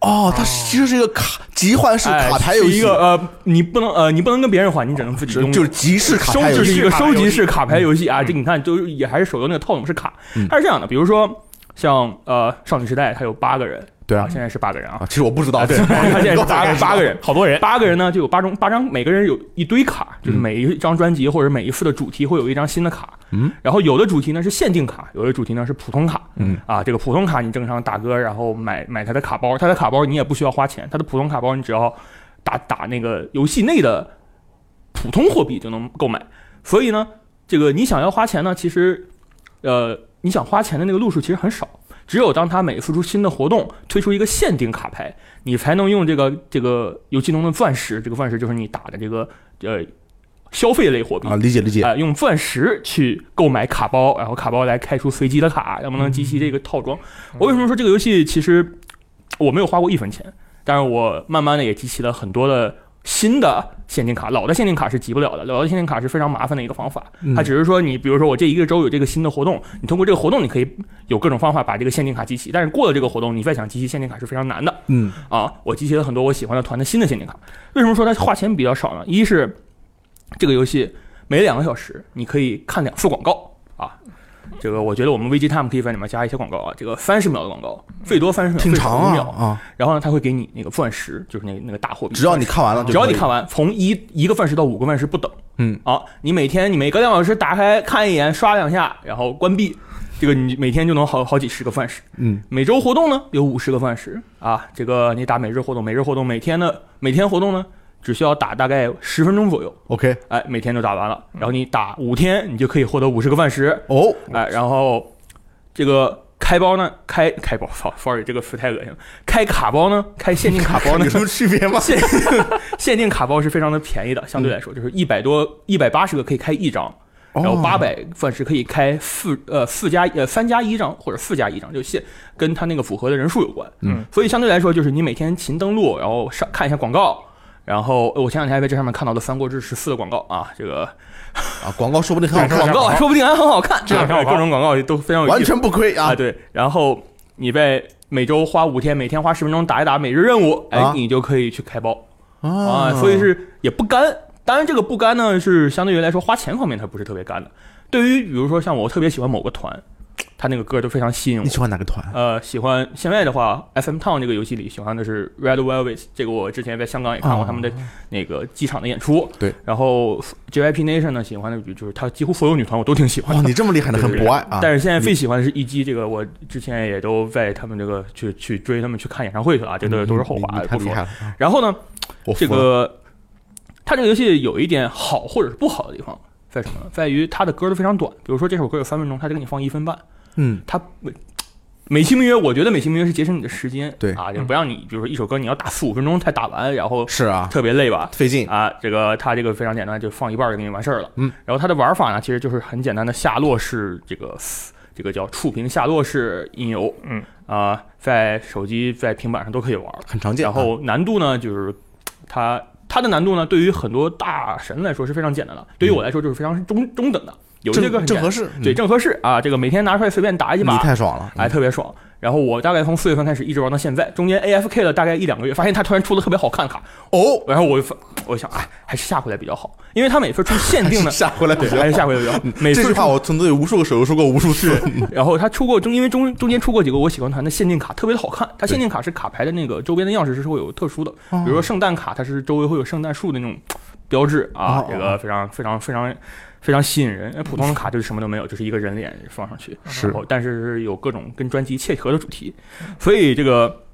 [SPEAKER 2] 哦，它其实是一个卡集换式
[SPEAKER 7] 哎
[SPEAKER 2] 卡牌游
[SPEAKER 7] 是
[SPEAKER 2] 戏，哦
[SPEAKER 7] 一个呃，你不能呃，你不能跟别人换，你只能自己
[SPEAKER 2] 是
[SPEAKER 7] 用。
[SPEAKER 2] 就是集市卡
[SPEAKER 7] 收
[SPEAKER 2] 牌游
[SPEAKER 7] 集是
[SPEAKER 2] 戏
[SPEAKER 7] 一个收集
[SPEAKER 3] 游
[SPEAKER 7] 式卡牌游戏啊，
[SPEAKER 3] 嗯
[SPEAKER 7] 这你看就是也还是手游那个套路是卡
[SPEAKER 2] 嗯，
[SPEAKER 7] 它是这样的，比如说像呃少女时代，它有八个人
[SPEAKER 2] 对
[SPEAKER 7] 啊
[SPEAKER 2] 啊，
[SPEAKER 7] 现在是八个人啊
[SPEAKER 2] 啊，，其实我不知道，
[SPEAKER 7] 对，它现在是八八个人，
[SPEAKER 3] 好多人，
[SPEAKER 7] 八个人呢就有八张八张，每个人有一堆卡，就是
[SPEAKER 2] 嗯
[SPEAKER 7] 每一张专辑或者每一次的主题会有一张新的卡。
[SPEAKER 2] 嗯，
[SPEAKER 7] 然后有的主题呢是限定卡，有的主题呢是普通卡。
[SPEAKER 2] 嗯，
[SPEAKER 7] 啊，这个普通卡你正常打歌，然后买买它的卡包，它的卡包你也不需要花钱，它的普通卡包你只要打打那个游戏内的普通货币就能购买。所以呢，这个你想要花钱呢，其实呃你想花钱的那个路数其实很少。只有当它每付出新的活动，推出一个限定卡牌，你才能用这个这个游戏中的钻石，这个钻石就是你打的这个呃消费类货币
[SPEAKER 2] 啊，理解理解，
[SPEAKER 7] 啊、用钻石去购买卡包，然后卡包来开出随机的卡，能不能集齐这个套装？我为什么说这个游戏其实我没有花过一分钱，但是我慢慢的也集齐了很多的新的限定卡，老的限定卡是集不了的，老的限定卡是非常麻烦的一个方法，
[SPEAKER 2] 嗯
[SPEAKER 7] 它只是说你比如说我这一个周有这个新的活动，你通过这个活动你可以有各种方法把这个限定卡集齐，但是过了这个活动，你再想集齐限定卡是非常难的。
[SPEAKER 2] 嗯，
[SPEAKER 7] 啊，我集齐了很多我喜欢的团的新的限定卡。为什么说它花钱比较少呢？一是这个游戏每两个小时你可以看两次广告啊，这个我觉得我们 VGTime 可以在里面加一些广告啊，这个三十秒的广告，最多三十秒，
[SPEAKER 2] 挺长
[SPEAKER 7] 最
[SPEAKER 2] 啊
[SPEAKER 7] 少5秒。
[SPEAKER 2] 啊！
[SPEAKER 7] 然后呢，他会给你那个钻石，就是那个那个大货币。
[SPEAKER 2] 只要你看完了就可以，
[SPEAKER 7] 只要你看完，从一一个钻石到五个钻石不等。
[SPEAKER 2] 嗯，
[SPEAKER 7] 啊，你每天你每隔两小时打开看一眼，刷两下，然后关闭，这个你每天就能好好几十个钻石。
[SPEAKER 2] 嗯，
[SPEAKER 7] 每周活动呢有五十个钻石啊，这个你打每日活动，每日活动每天的每天活动呢只需要打大概十分钟左右，
[SPEAKER 2] ，OK，
[SPEAKER 7] 哎，每天都打
[SPEAKER 2] 嗯
[SPEAKER 7] 完了，然后你打五天，你就可以获得五十个钻石，
[SPEAKER 2] 哦，
[SPEAKER 7] 哎，然后这个。开包呢？开开包，操，sorry，这个词太恶心了。开卡包呢？开限定卡包呢？
[SPEAKER 2] 有 什么区别吗？
[SPEAKER 7] 限限定卡包是非常的便宜的，相对来说就是一百多、一百八十个可以开一张，然后
[SPEAKER 2] 哦
[SPEAKER 7] 八百钻石可以开四呃四加呃三加一张或者四加一张，就限跟它那个符合的人数有关。
[SPEAKER 2] 嗯，
[SPEAKER 7] 所以相对来说就是你每天勤登录，然后上看一下广告。然后呃我前两天还在这上面看到了《三国志十四》的广告啊，这个
[SPEAKER 2] 啊，广告说不定很好看，啊
[SPEAKER 7] 广告说不定还很好看，这啊
[SPEAKER 3] 两天我看
[SPEAKER 7] 各种广告都非常有意思，
[SPEAKER 2] 完全不亏
[SPEAKER 7] 啊，
[SPEAKER 2] 啊！
[SPEAKER 7] 对，然后你在每周花五天，每天花十分钟打一打每日任务，哎，
[SPEAKER 2] 啊
[SPEAKER 7] 你就可以去开包
[SPEAKER 2] 啊
[SPEAKER 7] 啊，所以是也不干。当然，这个不干呢，是相对于来说花钱方面它不是特别干的。对于比如说像我特别喜欢某个团，他那个歌都非常吸引我
[SPEAKER 2] 你。喜欢哪个团？
[SPEAKER 7] 呃，喜欢现在的话，FM Town 这个游戏里喜欢的是 Red Velvet，这个我之前在香港也看过他们的那个机场的演出。
[SPEAKER 2] 啊对，
[SPEAKER 7] 然后 JYP Nation 呢，喜欢的就是他几乎所有女团我都挺喜欢的。
[SPEAKER 2] 哇，你这么厉害的，很博爱啊！
[SPEAKER 7] 但是现在最喜欢的是一击，这个我之前也都在他们这个去去追他们去看演唱会去了啊，这个都是后话
[SPEAKER 2] 你你太
[SPEAKER 7] 不
[SPEAKER 2] 厉
[SPEAKER 7] 说
[SPEAKER 2] 害。了啊！
[SPEAKER 7] 然后呢，
[SPEAKER 2] 我服
[SPEAKER 7] 这
[SPEAKER 2] 了
[SPEAKER 7] 个它这个游戏有一点好或者是不好的地方在什么呢？在于它的歌都非常短，比如说这首歌有三分钟，它就给你放一分半，
[SPEAKER 2] 嗯，
[SPEAKER 7] 它美美其名曰，我觉得美其名曰是节省你的时间，
[SPEAKER 2] 对
[SPEAKER 7] 啊，就不让你比如说一首歌你要打四五分钟才打完，然后
[SPEAKER 2] 是啊，
[SPEAKER 7] 特别累吧。
[SPEAKER 2] 费劲，
[SPEAKER 7] 啊，这个它这个非常简单，就放一半儿就给你完事儿了。
[SPEAKER 2] 嗯，
[SPEAKER 7] 然后它的玩法呢，其实就是很简单的下落式这个这个叫触屏下落式音游。
[SPEAKER 3] 嗯
[SPEAKER 7] 啊、在手机在平板上都可以玩儿。
[SPEAKER 2] 很常见啊。
[SPEAKER 7] 然后难度呢，就是它它的难度呢，对于很多大神来说是非常简单的，对于我来说就是非常中中等的，有这
[SPEAKER 2] 嗯正
[SPEAKER 7] 个很
[SPEAKER 2] 正
[SPEAKER 7] 简
[SPEAKER 2] 合
[SPEAKER 7] 单
[SPEAKER 2] 适，
[SPEAKER 7] 对
[SPEAKER 2] 嗯
[SPEAKER 7] 正合适啊，这个每天拿出来随便打一
[SPEAKER 2] 你
[SPEAKER 7] 把。
[SPEAKER 2] 太爽了，
[SPEAKER 7] 哎，
[SPEAKER 2] 嗯
[SPEAKER 7] 特别爽。然后我大概从四月份开始一直玩到现在，中间 AFK 了大概一两个月，发现它突然出了特别好看的卡，
[SPEAKER 2] 哦，
[SPEAKER 7] 然后我就发我想，哎，还是下回来比较好，因为他每次出限定的，
[SPEAKER 2] 下回来比较
[SPEAKER 7] 还是下回来比较好。每
[SPEAKER 2] 这
[SPEAKER 7] 次
[SPEAKER 2] 句话
[SPEAKER 7] 出，
[SPEAKER 2] 我曾对无数个手游说过无数次，
[SPEAKER 7] 然后他出过中，因为中中间出过几个我喜欢团的限定卡，特别的好看。它限定卡是卡牌的那个周边的样式是会有特殊的，
[SPEAKER 2] 哦
[SPEAKER 7] 比如说圣诞卡，它是周围会有圣诞树的那种标志啊
[SPEAKER 2] 哦，嗯
[SPEAKER 7] 这个非常非常非常。非常吸引人，哎普通的卡就是什么都没有，就是一个人脸放上去，
[SPEAKER 2] 是嗯
[SPEAKER 7] 然后但是是有各种跟专辑切合的主题，所以这个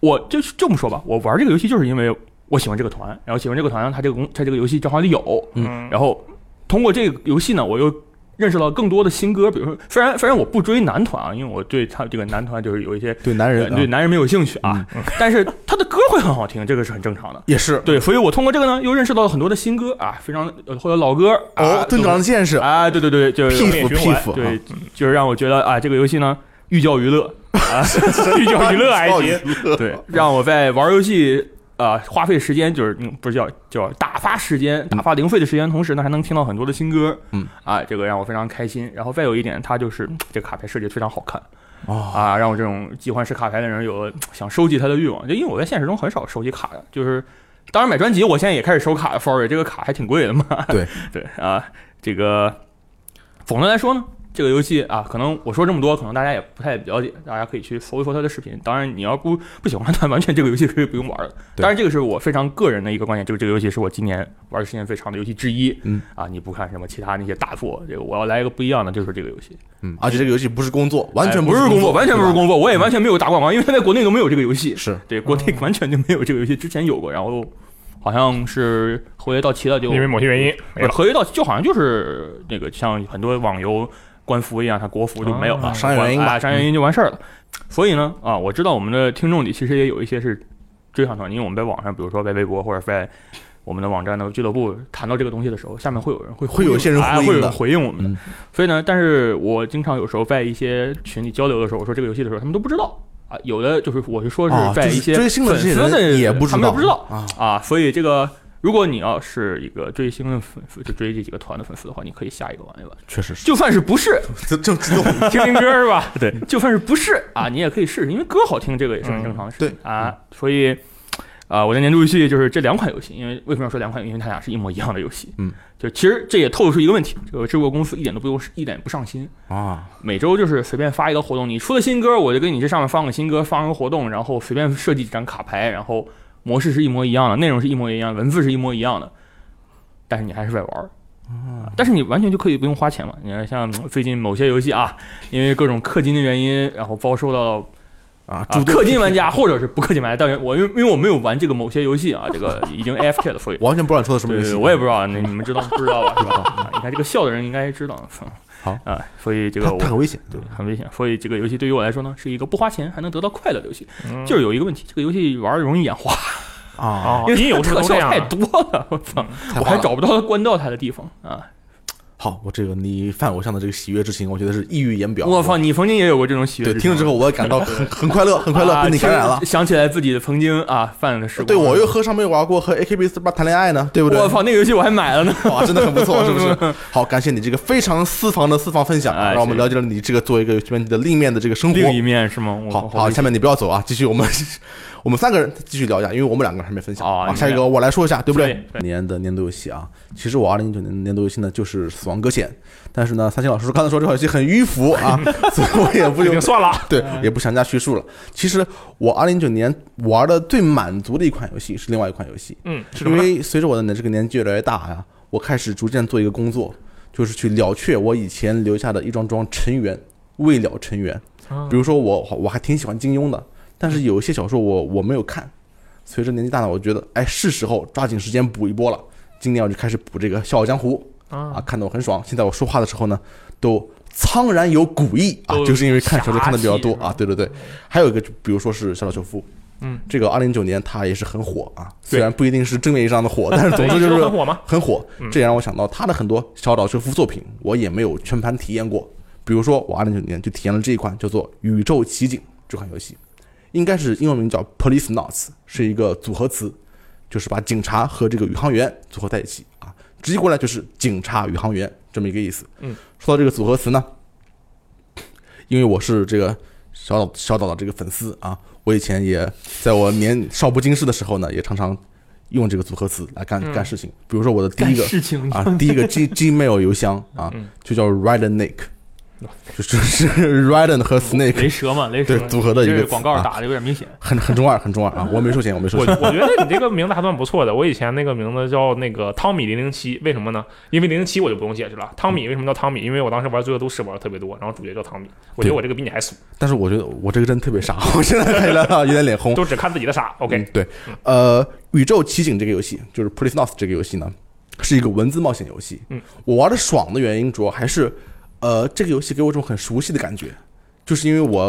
[SPEAKER 7] 我就是这么说吧，我玩这个游戏就是因为我喜欢这个团，然后喜欢这个团，它这个公它这个游戏正好里有，
[SPEAKER 3] 嗯，
[SPEAKER 7] 然后通过这个游戏呢，我又认识到更多的新歌，比如说，虽然虽然我不追男团啊，因为我对他这个男团就是有一些
[SPEAKER 2] 对男
[SPEAKER 7] 呃
[SPEAKER 2] 人啊
[SPEAKER 7] 对男人没有兴趣啊，
[SPEAKER 3] 嗯
[SPEAKER 7] 但是他的歌会很好听，这个是很正常的。
[SPEAKER 2] 也是
[SPEAKER 7] 对，所以我通过这个呢，又认识到了很多的新歌啊，非常呃或者老歌
[SPEAKER 2] 哦
[SPEAKER 7] 啊，，
[SPEAKER 2] 增长了见识，
[SPEAKER 7] 啊，对对对，就是
[SPEAKER 2] 屁
[SPEAKER 3] 面
[SPEAKER 2] 股
[SPEAKER 3] 循
[SPEAKER 2] 屁
[SPEAKER 3] 环
[SPEAKER 2] 股，
[SPEAKER 7] 对，
[SPEAKER 3] 嗯
[SPEAKER 7] 就是让我觉得啊，这个游戏呢寓教于乐，啊
[SPEAKER 3] 寓
[SPEAKER 2] 啊
[SPEAKER 3] 教于乐埃及，
[SPEAKER 7] 对，让我在玩游戏啊、呃花费时间，就是嗯，不是叫叫打发时间、打发零碎的时间，同时呢还能听到很多的新歌，
[SPEAKER 2] 嗯
[SPEAKER 7] 啊，这个让我非常开心。然后再有一点，它就是嗯这个卡牌设计得非常好看。
[SPEAKER 2] 哦
[SPEAKER 7] 啊，让我这种喜欢吃卡牌的人有了嗯想收集它的欲望，就因为我在现实中很少收集卡的，就是当然买专辑，我现在也开始收卡了，sorry，这个卡还挺贵的嘛。
[SPEAKER 2] 对
[SPEAKER 7] 对啊，这个总的来说呢，这个游戏啊，可能我说这么多，可能大家也不太了解，大家可以去搜一搜它的视频。当然，你要不不喜欢它，完全这个游戏可以不用玩了。
[SPEAKER 2] 对
[SPEAKER 7] 当然，这个是我非常个人的一个观点，这个这个游戏是我今年玩的时间最长的游戏之一。
[SPEAKER 2] 嗯
[SPEAKER 7] 啊，你不看什么其他那些大作，这个我要来一个不一样的，就是这个游戏，
[SPEAKER 2] 嗯， 而且这个游戏不是工作，完
[SPEAKER 7] 哎
[SPEAKER 2] 全
[SPEAKER 7] 不
[SPEAKER 2] 是
[SPEAKER 7] 工作，完全不是
[SPEAKER 2] 作，嗯
[SPEAKER 7] 工作，我也完全没有打广告，因为它在国内都没有这个游戏。
[SPEAKER 2] 是吧
[SPEAKER 7] 对，国内完全就没有这个游戏，之前有过，然后好像是合约到期了就
[SPEAKER 3] 因为某些原因没
[SPEAKER 7] 不是
[SPEAKER 3] 了。
[SPEAKER 7] 合约到期，就好像就是那个像很多网游官服一样，它国服就没有了，
[SPEAKER 3] 啊
[SPEAKER 2] 商业原因吧
[SPEAKER 7] 啊，商业原因就完事儿了。所以呢，啊，我知道我们的听众里其实也有一些是追上团，因为我们在网上，比如说在微博或者在我们的网站的俱乐部谈到这个东西的时候，下面会有人会
[SPEAKER 2] 会有一些人
[SPEAKER 7] 啊
[SPEAKER 2] 呼应
[SPEAKER 7] 会有
[SPEAKER 2] 的
[SPEAKER 7] 人回应我们的。
[SPEAKER 2] 嗯
[SPEAKER 7] 所以呢，但是我经常有时候在一些群里交流的时候，我说这个游戏的时候，他们都不知道。啊，有的就是我是说是
[SPEAKER 2] 啊，
[SPEAKER 7] 在
[SPEAKER 2] 就
[SPEAKER 7] 一
[SPEAKER 2] 是
[SPEAKER 7] 些
[SPEAKER 2] 追星的
[SPEAKER 7] 粉
[SPEAKER 2] 这些
[SPEAKER 7] 丝的
[SPEAKER 2] 人也不知
[SPEAKER 7] 他们
[SPEAKER 2] 道，
[SPEAKER 7] 都不知道，
[SPEAKER 2] 啊，
[SPEAKER 7] 啊，所以这个如果你要是一个追星的粉丝，就追这几个团的粉丝的话，你可以下一个玩一玩，
[SPEAKER 2] 确实是，
[SPEAKER 7] 就算是不是
[SPEAKER 2] 这正激动，
[SPEAKER 7] 听听歌是嗯吧？对，就算是不是啊，你也可以试试，因为歌好听，这个也是很正常的事情、
[SPEAKER 2] 对
[SPEAKER 7] 啊。所以啊、我的年度游戏就是这两款游戏，因为为什么要说两款？因为它俩是一模一样的游戏。
[SPEAKER 2] 嗯，
[SPEAKER 7] 就其实这也透露出一个问题，这个制作公司一点都不用，一点不上心。
[SPEAKER 2] 啊，
[SPEAKER 7] 每周就是随便发一个活动，你出了新歌，我就给你这上面放个新歌，放个活动，然后随便设计几张卡牌，然后模式是一模一样的，内容是一模一样的，文字是一模一样的，但是你还是在玩儿。
[SPEAKER 2] 嗯
[SPEAKER 7] 但是你完全就可以不用花钱嘛。你看，像最近某些游戏啊，因为各种氪金的原因，然后遭受到
[SPEAKER 2] 啊，
[SPEAKER 7] 啊
[SPEAKER 2] 主
[SPEAKER 7] 氪金玩家或者是不氪金玩家，但是我因为因为我没有玩这个某些游戏啊，这个已经 AFK 了，所以
[SPEAKER 2] 我完全不知道你 说的什么游
[SPEAKER 7] 对，
[SPEAKER 2] 戏，
[SPEAKER 7] 我也不知道，那你们知道不知道吧？是吧？ 啊你看这个笑的人应该知道。操
[SPEAKER 2] 好
[SPEAKER 7] 啊，所以这个
[SPEAKER 2] 它它
[SPEAKER 7] 我
[SPEAKER 2] 很危险，
[SPEAKER 7] 对很危险，所以这个游戏对于我来说呢，是一个不花钱还能得到快乐的游戏。
[SPEAKER 3] 嗯
[SPEAKER 7] 就是有一个问题，这个游戏玩儿容易眼花，
[SPEAKER 2] 啊，
[SPEAKER 3] 哦，
[SPEAKER 7] 因
[SPEAKER 3] 音
[SPEAKER 7] 为
[SPEAKER 3] 游是不
[SPEAKER 7] 特
[SPEAKER 3] 是都这
[SPEAKER 7] 效
[SPEAKER 3] 样
[SPEAKER 7] 太
[SPEAKER 3] 啊？
[SPEAKER 7] 多了，我操，
[SPEAKER 2] 太
[SPEAKER 7] 我
[SPEAKER 2] 花
[SPEAKER 7] 还
[SPEAKER 2] 了
[SPEAKER 7] 找不到关到它的地方啊！
[SPEAKER 2] 好，我这个你犯偶像的这个喜悦之情，我觉得是溢于言表。
[SPEAKER 7] 我操，，你曾经也有过这种喜悦
[SPEAKER 2] 对，
[SPEAKER 7] 之情
[SPEAKER 2] 听
[SPEAKER 7] 吗，
[SPEAKER 2] 了之后我也感到很很快乐，很快乐，
[SPEAKER 7] 啊
[SPEAKER 2] 被你感染了
[SPEAKER 7] 听。想起来自己的曾经啊犯的事故。
[SPEAKER 2] 对，我又何尝没有玩过和 AKB 四八谈恋爱呢？对不对？
[SPEAKER 7] 我操，那个游戏我还买了呢。
[SPEAKER 2] 哇，真的很不错，是不 是？好，感谢你这个非常私房的私房分享，啊
[SPEAKER 7] 哎
[SPEAKER 2] 让我们了解了你这个作为一个游戏编辑的另一面的这个生活。
[SPEAKER 7] 另一面是吗？我
[SPEAKER 2] 好好，下面你不要走啊，继续我们 我们三个人继续聊一下，因为我们两个人还没分享
[SPEAKER 7] 哦
[SPEAKER 2] 啊。
[SPEAKER 7] 你
[SPEAKER 2] 下一
[SPEAKER 7] 们
[SPEAKER 2] 个我来说一下，对不对？
[SPEAKER 7] 对对
[SPEAKER 2] 年的年度游戏啊，其实我二零一九年的年度游戏呢就是《死亡搁浅》，但是呢，三星老师刚才说这款游戏很迂腐啊，所以我也不
[SPEAKER 3] 已
[SPEAKER 2] 用
[SPEAKER 3] 经算了，
[SPEAKER 2] 对，也不详加叙述了。其实我二零一九年玩的最满足的一款游戏是另外一款游戏，
[SPEAKER 3] 嗯，是什
[SPEAKER 2] 因
[SPEAKER 3] 么呢？
[SPEAKER 2] 为随着我的这个年纪越来越大呀、我开始逐渐做一个工作，就是去了却我以前留下的一桩桩尘缘，未了尘缘。比如说我我还挺喜欢金庸的，但是有一些小说我我没有看。随着年纪大了，我觉得哎是时候抓紧时间补一波了。今年我就开始补这个《笑傲江湖》啊，看得我很爽。现在我说话的时候呢，都苍然有古意啊，
[SPEAKER 7] 都
[SPEAKER 2] 就是因为看小说看的比较多
[SPEAKER 7] 侠气是
[SPEAKER 2] 啊
[SPEAKER 7] 吧。
[SPEAKER 2] 对对对，还有一个就比如说是《小岛秀夫》，
[SPEAKER 3] 嗯，
[SPEAKER 2] 这个二零一九年它也是很火啊，虽
[SPEAKER 3] 对
[SPEAKER 2] 然不一定是正面意义上的火，但是总之
[SPEAKER 3] 对
[SPEAKER 2] 就
[SPEAKER 3] 一直都
[SPEAKER 2] 是
[SPEAKER 3] 很火吗？
[SPEAKER 2] 很火
[SPEAKER 3] 嗯。
[SPEAKER 2] 这也让我想到他的很多小岛秀夫作品，我也没有全盘体验过。比如说，我二零一九年就体验了这一款叫做《宇宙奇景》这款游戏，应该是英文名叫 Police Knots，是一个组合词，就是把警察和这个宇航员组合在一起啊，直译过来就是警察宇航员这么一个意思。
[SPEAKER 3] 嗯，
[SPEAKER 2] 说到这个组合词呢，因为我是这个小岛小岛的这个粉丝啊，我以前也在我年少不经事的时候呢，也常常用这个组合词来干、
[SPEAKER 3] 嗯
[SPEAKER 2] 干事情，比如说我的第一个
[SPEAKER 7] 干事情
[SPEAKER 2] 啊，第 一个 G Gmail 邮箱啊，
[SPEAKER 3] 嗯
[SPEAKER 2] 就叫 r i d e n Nick，就 就是 r i d e n 和 Snake
[SPEAKER 7] 雷蛇嘛，雷蛇
[SPEAKER 2] 对组合的一
[SPEAKER 7] 这
[SPEAKER 2] 个
[SPEAKER 7] 个广告
[SPEAKER 2] 啊
[SPEAKER 7] 打的有点明显。
[SPEAKER 2] 很很中二，很中二啊！我没收钱，我没收
[SPEAKER 3] 我
[SPEAKER 2] 钱。
[SPEAKER 3] 我觉得你这个名字还算不错的。我以前那个名字叫那个汤米零零七，为什么呢？因为零零七我就不用解释了。汤米为什么叫汤米？因为我当时玩《罪恶都市》玩的特别多，然后主角叫汤米。我觉得我这个比你还俗，
[SPEAKER 2] 但是我觉得我这个真特别傻，我现在看起来啊有点脸 红。
[SPEAKER 3] 都只看自己的傻。
[SPEAKER 2] 嗯
[SPEAKER 3] OK，
[SPEAKER 2] 对，呃，宇宙奇景这个游戏就是 Police Knots 这个游戏呢，是一个文字冒险游戏。
[SPEAKER 3] 嗯，
[SPEAKER 2] 我玩的爽的原因主要还是，呃，这个游戏给我一种很熟悉的感觉，就是因为我、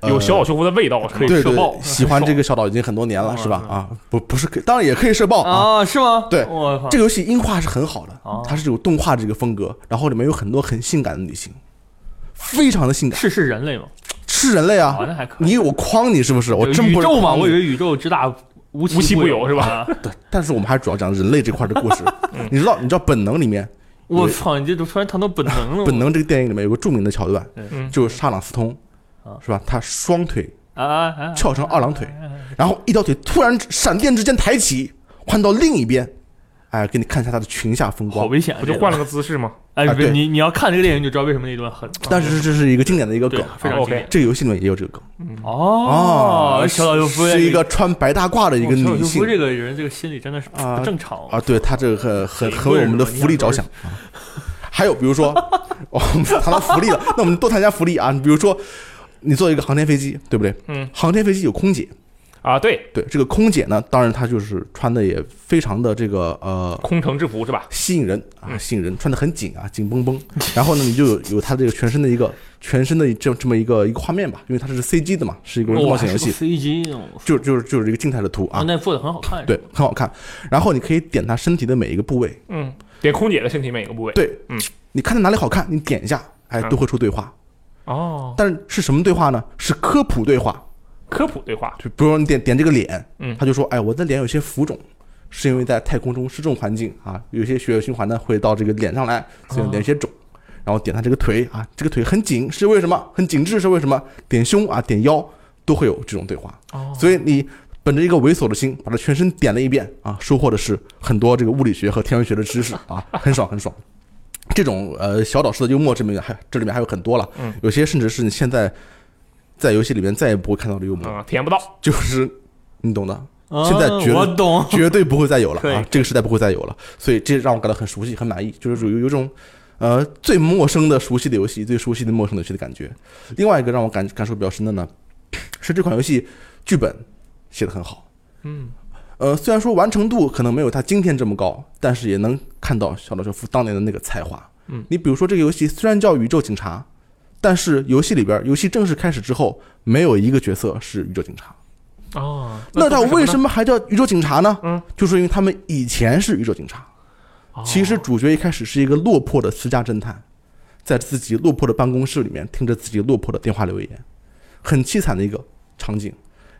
[SPEAKER 2] 呃
[SPEAKER 3] 有小岛秀夫的味道，啊可以
[SPEAKER 2] 对
[SPEAKER 3] 射
[SPEAKER 2] 对
[SPEAKER 3] 爆。嗯
[SPEAKER 2] 喜欢这个小岛已经很多年 了，是吧？啊，不不是可以，当然也可以射爆啊，
[SPEAKER 7] 啊，是吗？
[SPEAKER 2] 对
[SPEAKER 7] 我靠，
[SPEAKER 2] 这个游戏音画是很好的
[SPEAKER 7] 哦，
[SPEAKER 2] 它是有动画这个风格，然后里面有很多很性感的女性，非常的性感，
[SPEAKER 7] 是是人类吗？
[SPEAKER 2] 吃人类啊
[SPEAKER 7] 啊，！那还可以。
[SPEAKER 2] 你以为我诓你是不是？我真
[SPEAKER 7] 宇
[SPEAKER 2] 不是
[SPEAKER 7] 宙嘛，
[SPEAKER 2] 诓你
[SPEAKER 7] 我以为宇宙之大无
[SPEAKER 3] 无
[SPEAKER 7] 奇
[SPEAKER 3] 奇不有
[SPEAKER 7] 有
[SPEAKER 3] 是吧？
[SPEAKER 7] 啊
[SPEAKER 2] 但是我们还主要讲人类这块的 故事。你知道，你知道本能里面，
[SPEAKER 7] 我操，你这都突然谈到本能了。
[SPEAKER 2] 本能这个电影里面有个著名的桥段
[SPEAKER 3] 嗯，
[SPEAKER 2] 就是沙朗斯通
[SPEAKER 7] 啊，
[SPEAKER 2] 是吧？他双腿
[SPEAKER 7] 啊啊啊！
[SPEAKER 2] 翘成二郎腿，然后一条腿突然闪电之间抬起，换到另一边，哎，给你看一下他的裙下风
[SPEAKER 7] 好
[SPEAKER 2] 光。
[SPEAKER 7] 危险啊！
[SPEAKER 3] 不就
[SPEAKER 7] 这个
[SPEAKER 3] 换了个姿势吗？
[SPEAKER 7] 哎，
[SPEAKER 2] 啊
[SPEAKER 7] 不
[SPEAKER 2] 对
[SPEAKER 7] 是你你要看这个电影，你就知道为什么那一段很。
[SPEAKER 2] 但是这是一个经典的一个
[SPEAKER 7] 对
[SPEAKER 2] 梗，
[SPEAKER 7] 非常
[SPEAKER 2] 啊
[SPEAKER 7] 经典
[SPEAKER 2] 这个游戏里面也有这个梗。
[SPEAKER 7] 哦，
[SPEAKER 2] 啊
[SPEAKER 7] 小岛秀夫哦
[SPEAKER 2] 是一个穿白大褂的一个
[SPEAKER 7] 小岛
[SPEAKER 2] 女
[SPEAKER 7] 秀
[SPEAKER 2] 性
[SPEAKER 7] 夫这个人，这个心理真的是不正常
[SPEAKER 2] 啊，对她这个很很
[SPEAKER 7] 很
[SPEAKER 2] 很为我们的福利着想啊。还有比如说， 哦我们谈到福利了，那我们多谈一下福利啊。你比如说，你坐一个航天飞机，对不对？
[SPEAKER 3] 嗯，
[SPEAKER 2] 航天飞机有空姐，
[SPEAKER 3] 啊，对，
[SPEAKER 2] 对这个空姐呢，当然她就是穿的也非常的这个呃
[SPEAKER 3] 空乘制服是吧？
[SPEAKER 2] 吸引人
[SPEAKER 3] 嗯
[SPEAKER 2] 啊，吸引人，穿的很紧啊，紧绷绷。 然后呢，你就有有她这个全身的一个全身的这这么一个一个画面吧，因为它是 CG 的嘛，是一个冒险游戏，
[SPEAKER 7] ，CG 我
[SPEAKER 2] 就就是就是一个静态的图啊
[SPEAKER 3] 嗯
[SPEAKER 7] 操，。那做的很好看。
[SPEAKER 2] 对，很好看。然后你可以点她身体的每一个部位，
[SPEAKER 3] 嗯，点空姐的身体每个部位。
[SPEAKER 2] 对，
[SPEAKER 3] 嗯，
[SPEAKER 2] 你看她哪里好看，你点一下，哎，
[SPEAKER 3] 嗯
[SPEAKER 2] 都会出对话。
[SPEAKER 3] 哦，
[SPEAKER 2] 但是是什么对话呢？是科普对话，
[SPEAKER 3] 科普对话。
[SPEAKER 2] 就比如说你点点这个脸，
[SPEAKER 3] 嗯
[SPEAKER 2] 他就说，哎，我的脸有些浮肿，是因为在太空中失重环境啊，有些血液循环呢会到这个脸上来，所以
[SPEAKER 3] 哦
[SPEAKER 2] 脸有些肿。然后点他这个腿啊，这个腿很紧是为什么？很紧致是为什么？点胸啊，点腰都会有这种对话。
[SPEAKER 3] 哦
[SPEAKER 2] 所以你本着一个猥琐的心，把它全身点了一遍啊，收获的是很多这个物理学和天文学的知识啊，很爽很爽。这种呃小岛式的幽默，这里面还这里面还有很多了，
[SPEAKER 3] 嗯
[SPEAKER 2] 有些甚至是你现在在游戏里面再也不会看到的幽默，
[SPEAKER 3] 啊，体验不到，
[SPEAKER 2] 就是你懂的，现在觉得
[SPEAKER 7] 啊我懂，
[SPEAKER 2] 绝对不会再有了
[SPEAKER 7] 可以
[SPEAKER 2] 啊！这个时代不会再有了，所以这让我感到很熟悉、很满意，就是属于有一种呃最陌生的熟悉的游戏，最熟悉的陌生的游戏的感觉。另外一个让我感感受比较深的呢，是这款游戏剧本写得很好，
[SPEAKER 3] 嗯，
[SPEAKER 2] 呃，虽然说完成度可能没有它今天这么高，但是也能看到小岛秀夫当年的那个才华。
[SPEAKER 3] 嗯，
[SPEAKER 2] 你比如说这个游戏虽然叫《宇宙警察》，但是游戏里边游戏正式开始之后，没有一个角色是宇宙警察。
[SPEAKER 3] 哦，
[SPEAKER 2] 那他为
[SPEAKER 3] 么
[SPEAKER 2] 什么还叫宇宙警察呢？
[SPEAKER 3] 嗯，
[SPEAKER 2] 就是因为他们以前是宇宙警察。
[SPEAKER 3] 呢？
[SPEAKER 2] 其实
[SPEAKER 3] 哦
[SPEAKER 2] 主角一开始是一个落魄的私家侦探，在自己落魄的办公室里面听着自己落魄的电话留言，很凄惨的一个场景。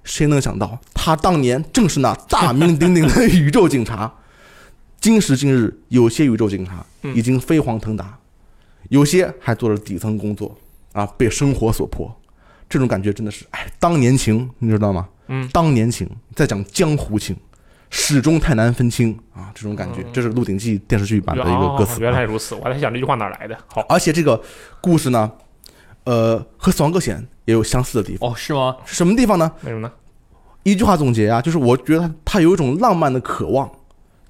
[SPEAKER 2] 谁能想到，他当年正是那大名鼎鼎的宇宙警察。 今时今日，有些宇宙警察
[SPEAKER 3] 嗯
[SPEAKER 2] 已经飞黄腾达，有些还做着底层工作啊，被生活所迫。这种感觉真的是，哎，当年情，你知道吗？
[SPEAKER 3] 嗯，
[SPEAKER 2] 当年情，在讲江湖情，始终太难分清啊，这种感觉，
[SPEAKER 3] 嗯
[SPEAKER 2] 这是《鹿鼎记》电视剧版的一个歌词。
[SPEAKER 3] 哦原来如此，我还在想这句话哪来的。好，
[SPEAKER 2] 而且这个故事呢，呃，和《死亡搁浅》也有相似的地方。
[SPEAKER 7] 哦，是吗？
[SPEAKER 2] 什么地方呢？
[SPEAKER 3] 为什么呢？
[SPEAKER 2] 一句话总结啊，就是我觉得它有一种浪漫的渴望，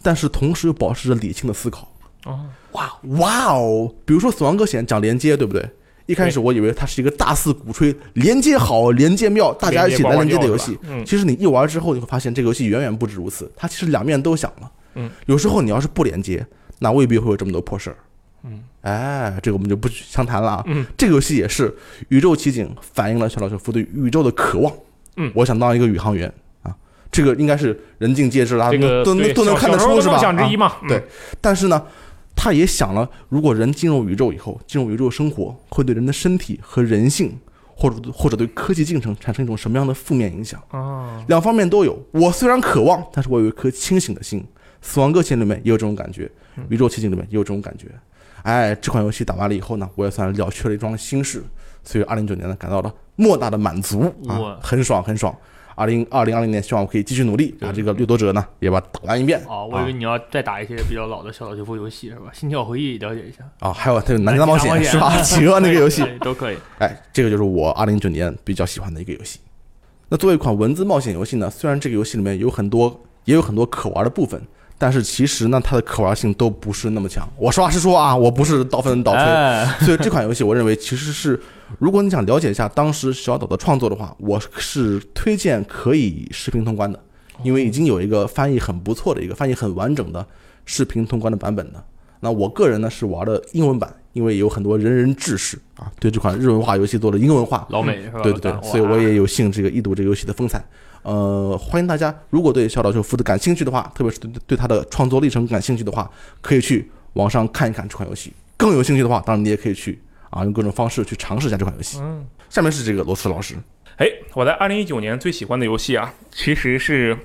[SPEAKER 2] 但是同时又保持着理性的思考。
[SPEAKER 3] 哦，
[SPEAKER 2] 哇哇哦！比如说《死亡搁浅》讲连接，对不对？一开始我以为它是一个大肆鼓吹连接好、连接妙，大家一起来连接的游戏。
[SPEAKER 3] 嗯
[SPEAKER 2] 其实你一玩之后，你会发现这个游戏远远不止如此，它其实两面都想了。
[SPEAKER 3] 嗯，
[SPEAKER 2] 有时候你要是不连接，那未必会有这么多破事儿。
[SPEAKER 3] 嗯，
[SPEAKER 2] 哎，这个我们就不详谈了啊。
[SPEAKER 3] 嗯，
[SPEAKER 2] 这个游戏也是宇宙奇景反映了小岛秀夫对宇宙的渴望。
[SPEAKER 3] 嗯
[SPEAKER 2] 我想当一个宇航员啊，这个应该是人尽皆知啦，
[SPEAKER 3] 这个
[SPEAKER 2] 啊都能
[SPEAKER 3] 呃对
[SPEAKER 2] 都能
[SPEAKER 3] 小
[SPEAKER 2] 看得
[SPEAKER 3] 小时候
[SPEAKER 2] 出是
[SPEAKER 3] 的
[SPEAKER 2] 吧？
[SPEAKER 3] 梦想之
[SPEAKER 2] 啊
[SPEAKER 3] 一嘛，嗯
[SPEAKER 2] 对但是呢，他也想了，如果人进入宇宙以后，进入宇宙生活，会对人的身体和人性，或者或者对科技进程产生一种什么样的负面影响？
[SPEAKER 3] 啊，
[SPEAKER 2] 两方面都有。我虽然渴望，但是我有一颗清醒的心。《死亡搁浅》里面也有这种感觉，《宇宙奇景》里面也有这种感觉。哎，这款游戏打完了以后呢，我也算了却了一桩心事，所以二零一九年呢感到了莫大的满足啊
[SPEAKER 7] 哇，
[SPEAKER 2] 很爽很爽。二零二零二零年，希望我可以继续努力，把这个掠夺者呢也把它打完一遍
[SPEAKER 7] 哦，我以为你要再打一些比较老的小岛秀夫游戏是吧？心跳回忆了解一下，
[SPEAKER 2] 啊，还有这个《南极大冒险
[SPEAKER 7] 南》极
[SPEAKER 2] 是
[SPEAKER 7] 大 冒
[SPEAKER 2] 吧？企鹅那个游戏，
[SPEAKER 7] 对都可以。
[SPEAKER 2] 哎，这个就是我二零一九年比较喜欢的一个游戏。那作为一款文字冒险游戏呢，虽然这个游戏里面有很多也有很多可玩的部分，但是其实呢，它的可玩性都不是那么强。我实话实说啊，我不是倒分倒吹，
[SPEAKER 7] 哎，
[SPEAKER 2] 所以这款游戏我认为其实是，如果你想了解一下当时小岛的创作的话，我是推荐可以视频通关的，因为已经有一个翻译很不错的一个翻译很完整的视频通关的版本的。那我个人呢是玩的英文版，因为有很多人人志士啊，对这款日文化游戏做了英文化，
[SPEAKER 7] 老美是吧？
[SPEAKER 2] 对对对，所以我也有幸这个一睹这个游戏的风采。呃，欢迎大家，如果对小岛秀夫的感兴趣的话，特别是对对他的创作历程感兴趣的话，可以去网上看一看这款游戏。更有兴趣的话，当然你也可以去啊，用各种方式去尝试一下这款游戏。
[SPEAKER 3] 嗯，
[SPEAKER 2] 下面是这个罗斯老师，
[SPEAKER 3] 哎，我在二零一九年最喜欢的游戏啊，其实是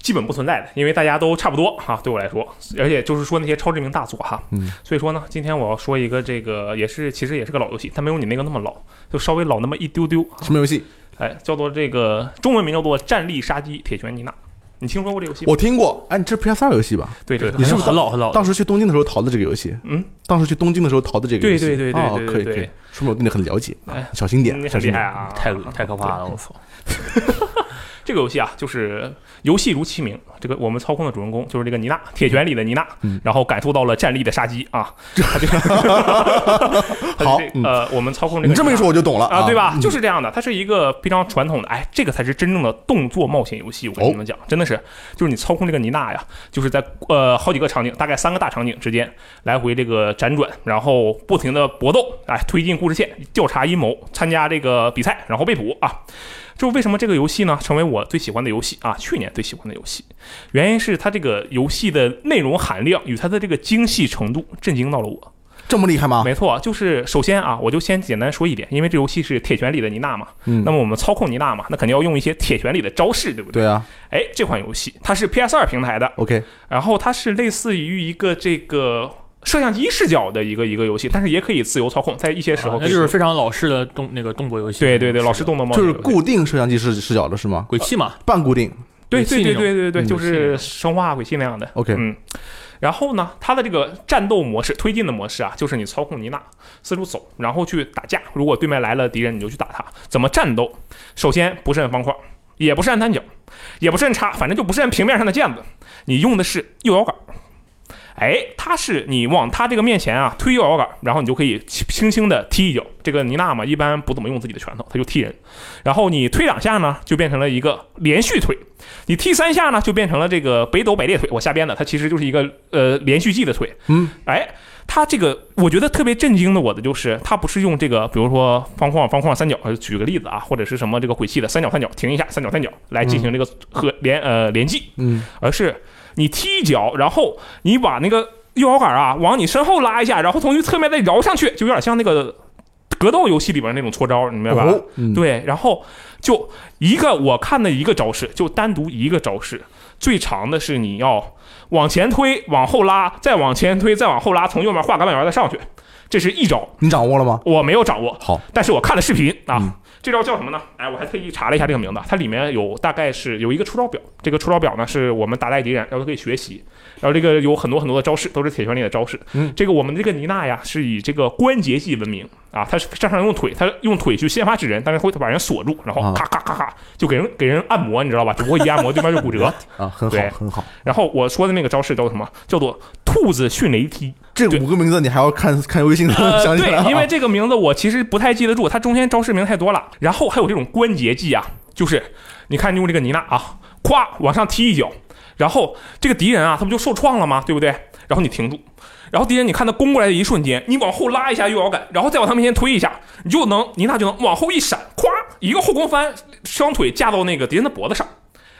[SPEAKER 3] 基本不存在的，因为大家都差不多哈、对我来说，而且就是说那些超知名大作哈、
[SPEAKER 2] 嗯，
[SPEAKER 3] 所以说呢，今天我要说一个这个也是其实也是个老游戏，它没有你那个那么老，就稍微老那么一丢丢。
[SPEAKER 2] 什么游戏？
[SPEAKER 3] 哎，叫做这个中文名叫做《战力杀机铁拳妮娜》，你听说过这游戏吗？
[SPEAKER 2] 我听过，哎，你这是 PS 二游戏吧？
[SPEAKER 3] 对对
[SPEAKER 2] 你是
[SPEAKER 7] 是
[SPEAKER 2] 不是
[SPEAKER 7] 很老很老的
[SPEAKER 2] 当时去东京的时候逃的这个游戏，
[SPEAKER 3] 嗯，
[SPEAKER 2] 当时去东京的时候逃的这个游戏，
[SPEAKER 3] 对对对对
[SPEAKER 2] 哦
[SPEAKER 3] 对对
[SPEAKER 2] 可以
[SPEAKER 3] 对
[SPEAKER 2] 可以，说明我对你很了解啊
[SPEAKER 3] 哎，
[SPEAKER 2] 小心点
[SPEAKER 3] 嗯，
[SPEAKER 2] 小
[SPEAKER 3] 很
[SPEAKER 2] 心
[SPEAKER 3] 厉
[SPEAKER 2] 点
[SPEAKER 3] 害。啊，
[SPEAKER 7] 太恶太可怕了，我操！
[SPEAKER 3] 这个游戏啊，就是游戏如其名，这个我们操控的主人公就是这个妮娜，铁拳里的妮娜，
[SPEAKER 2] 嗯
[SPEAKER 3] 然后感受到了战力的杀机 啊。 他就
[SPEAKER 2] 好
[SPEAKER 3] 他就
[SPEAKER 2] 嗯
[SPEAKER 3] 这呃，我们操控这个
[SPEAKER 2] 你这么一说我就懂了
[SPEAKER 3] 啊，对吧？
[SPEAKER 2] 嗯
[SPEAKER 3] 就是这样的，它是一个非常传统的，哎，这个才是真正的动作冒险游戏。我跟你们
[SPEAKER 2] 哦
[SPEAKER 3] 讲，真的是，就是你操控这个妮娜呀，就是在呃好几个场景，大概三个大场景之间来回这个辗转，然后不停的搏斗，哎，推进故事线，调查阴谋，参加这个比赛，然后被捕啊。就是为什么这个游戏呢，成为我最喜欢的游戏啊，去年最喜欢的游戏，原因是它这个游戏的内容含量与它的这个精细程度震惊到了我。
[SPEAKER 2] 这么厉害吗？
[SPEAKER 3] 没错，就是首先啊，我就先简单说一点，因为这游戏是铁拳里的妮娜嘛，
[SPEAKER 2] 嗯
[SPEAKER 3] 那么我们操控妮娜嘛，那肯定要用一些铁拳里的招式，对不对？
[SPEAKER 2] 对啊
[SPEAKER 3] 哎，这款游戏它是 PS 二平台的，
[SPEAKER 2] ，OK，
[SPEAKER 3] 然后它是类似于一个这个摄像机视角的一个一个游戏，但是也可以自由操控，在一些时候可
[SPEAKER 7] 啊
[SPEAKER 2] 啊
[SPEAKER 7] 那
[SPEAKER 3] 以、
[SPEAKER 7] 就是非常老式的动那个动作游戏。
[SPEAKER 3] 对对对，老式动作冒
[SPEAKER 2] 就
[SPEAKER 3] 险游呃嗯
[SPEAKER 2] 是
[SPEAKER 3] 戏
[SPEAKER 2] 固定摄像机视视角的是吗？
[SPEAKER 7] 鬼泣嘛，
[SPEAKER 2] 半固定，
[SPEAKER 3] 对
[SPEAKER 7] 武
[SPEAKER 3] 对
[SPEAKER 7] 器
[SPEAKER 3] 对
[SPEAKER 7] 那种
[SPEAKER 3] 对对对，
[SPEAKER 7] 嗯
[SPEAKER 3] 就
[SPEAKER 7] 武器那
[SPEAKER 3] 是
[SPEAKER 7] 种
[SPEAKER 3] 生化鬼泣那样的。
[SPEAKER 2] OK
[SPEAKER 3] 嗯。然后呢，它的这个战斗模式推进的模式啊，就是你操控妮娜四处走，然后去打架。如果对面来了敌人，你就去打他。怎么战斗？首先不是按方块，也不是按单脚，也不是按叉，反正就不是按平面上的毽子，你用的是右摇杆。哎，它是你往它这个面前啊推右摇杆，然后你就可以轻轻轻的踢一脚。这个妮娜嘛，一般不怎么用自己的拳头，她就踢人。然后你推两下呢，就变成了一个连续推。你踢三下呢，就变成了这个北斗百裂腿，我瞎编的，它其实就是一个呃连续技的腿。
[SPEAKER 2] 嗯，
[SPEAKER 3] 哎，它这个我觉得特别震惊的我的就是，它不是用这个，比如说方框、方框、三角，呃举个例子啊，或者是什么这个鬼泣的三角、三角停一下，三角、三角来进行这个和连呃连击，
[SPEAKER 2] 嗯，
[SPEAKER 3] 而是你踢一脚，然后你把那个右摇杆啊往你身后拉一下，然后从你侧面再摇上去，就有点像那个格斗游戏里边那种搓招，你明白吧？
[SPEAKER 2] 哦，嗯，
[SPEAKER 3] 对，然后就一个我看的一个招式，就单独一个招式，最长的是你要往前推，往后拉，再往前推，再往后拉，从右面画个半圆再上去，这是一招，
[SPEAKER 2] 你掌握了吗？
[SPEAKER 3] 我没有掌握，
[SPEAKER 2] 好，
[SPEAKER 3] 但是我看了视频啊。
[SPEAKER 2] 嗯
[SPEAKER 3] 这招叫什么呢？哎，我还特意查了一下这个名字，它里面有大概是有一个出招表，这个出招表呢是我们打败敌人，然后可以学习，然后这个有很多很多的招式，都是铁拳里的招式。
[SPEAKER 2] 嗯
[SPEAKER 3] 这个我们这个妮娜呀是以这个关节技闻名啊，她是擅长用腿，她用腿去先发制人，但是会把人锁住，然后
[SPEAKER 2] 啊
[SPEAKER 3] 咔咔咔咔就给人给人按摩，你知道吧？只不过一按摩对面就 骨折。
[SPEAKER 2] 啊，很好
[SPEAKER 3] 对，
[SPEAKER 2] 很好。
[SPEAKER 3] 然后我说的那个招式叫什么？叫做兔子迅雷踢。
[SPEAKER 2] 这
[SPEAKER 3] 对
[SPEAKER 2] 五个名字你还要看看微信 才能
[SPEAKER 3] 呃，
[SPEAKER 2] 想起来啊，
[SPEAKER 3] 对，因为这个名字我其实不太记得住，它中间招式名太多了。然后还有这种关节技啊，就是你看用这个妮娜啊，咵往上踢一脚，然后这个敌人啊，他不就受创了吗？对不对？然后你停住，然后敌人你看他攻过来的一瞬间，你往后拉一下右摇杆，然后再往他面前推一下，你就能妮娜就能往后一闪，咵一个后空翻，双腿架到那个敌人的脖子上。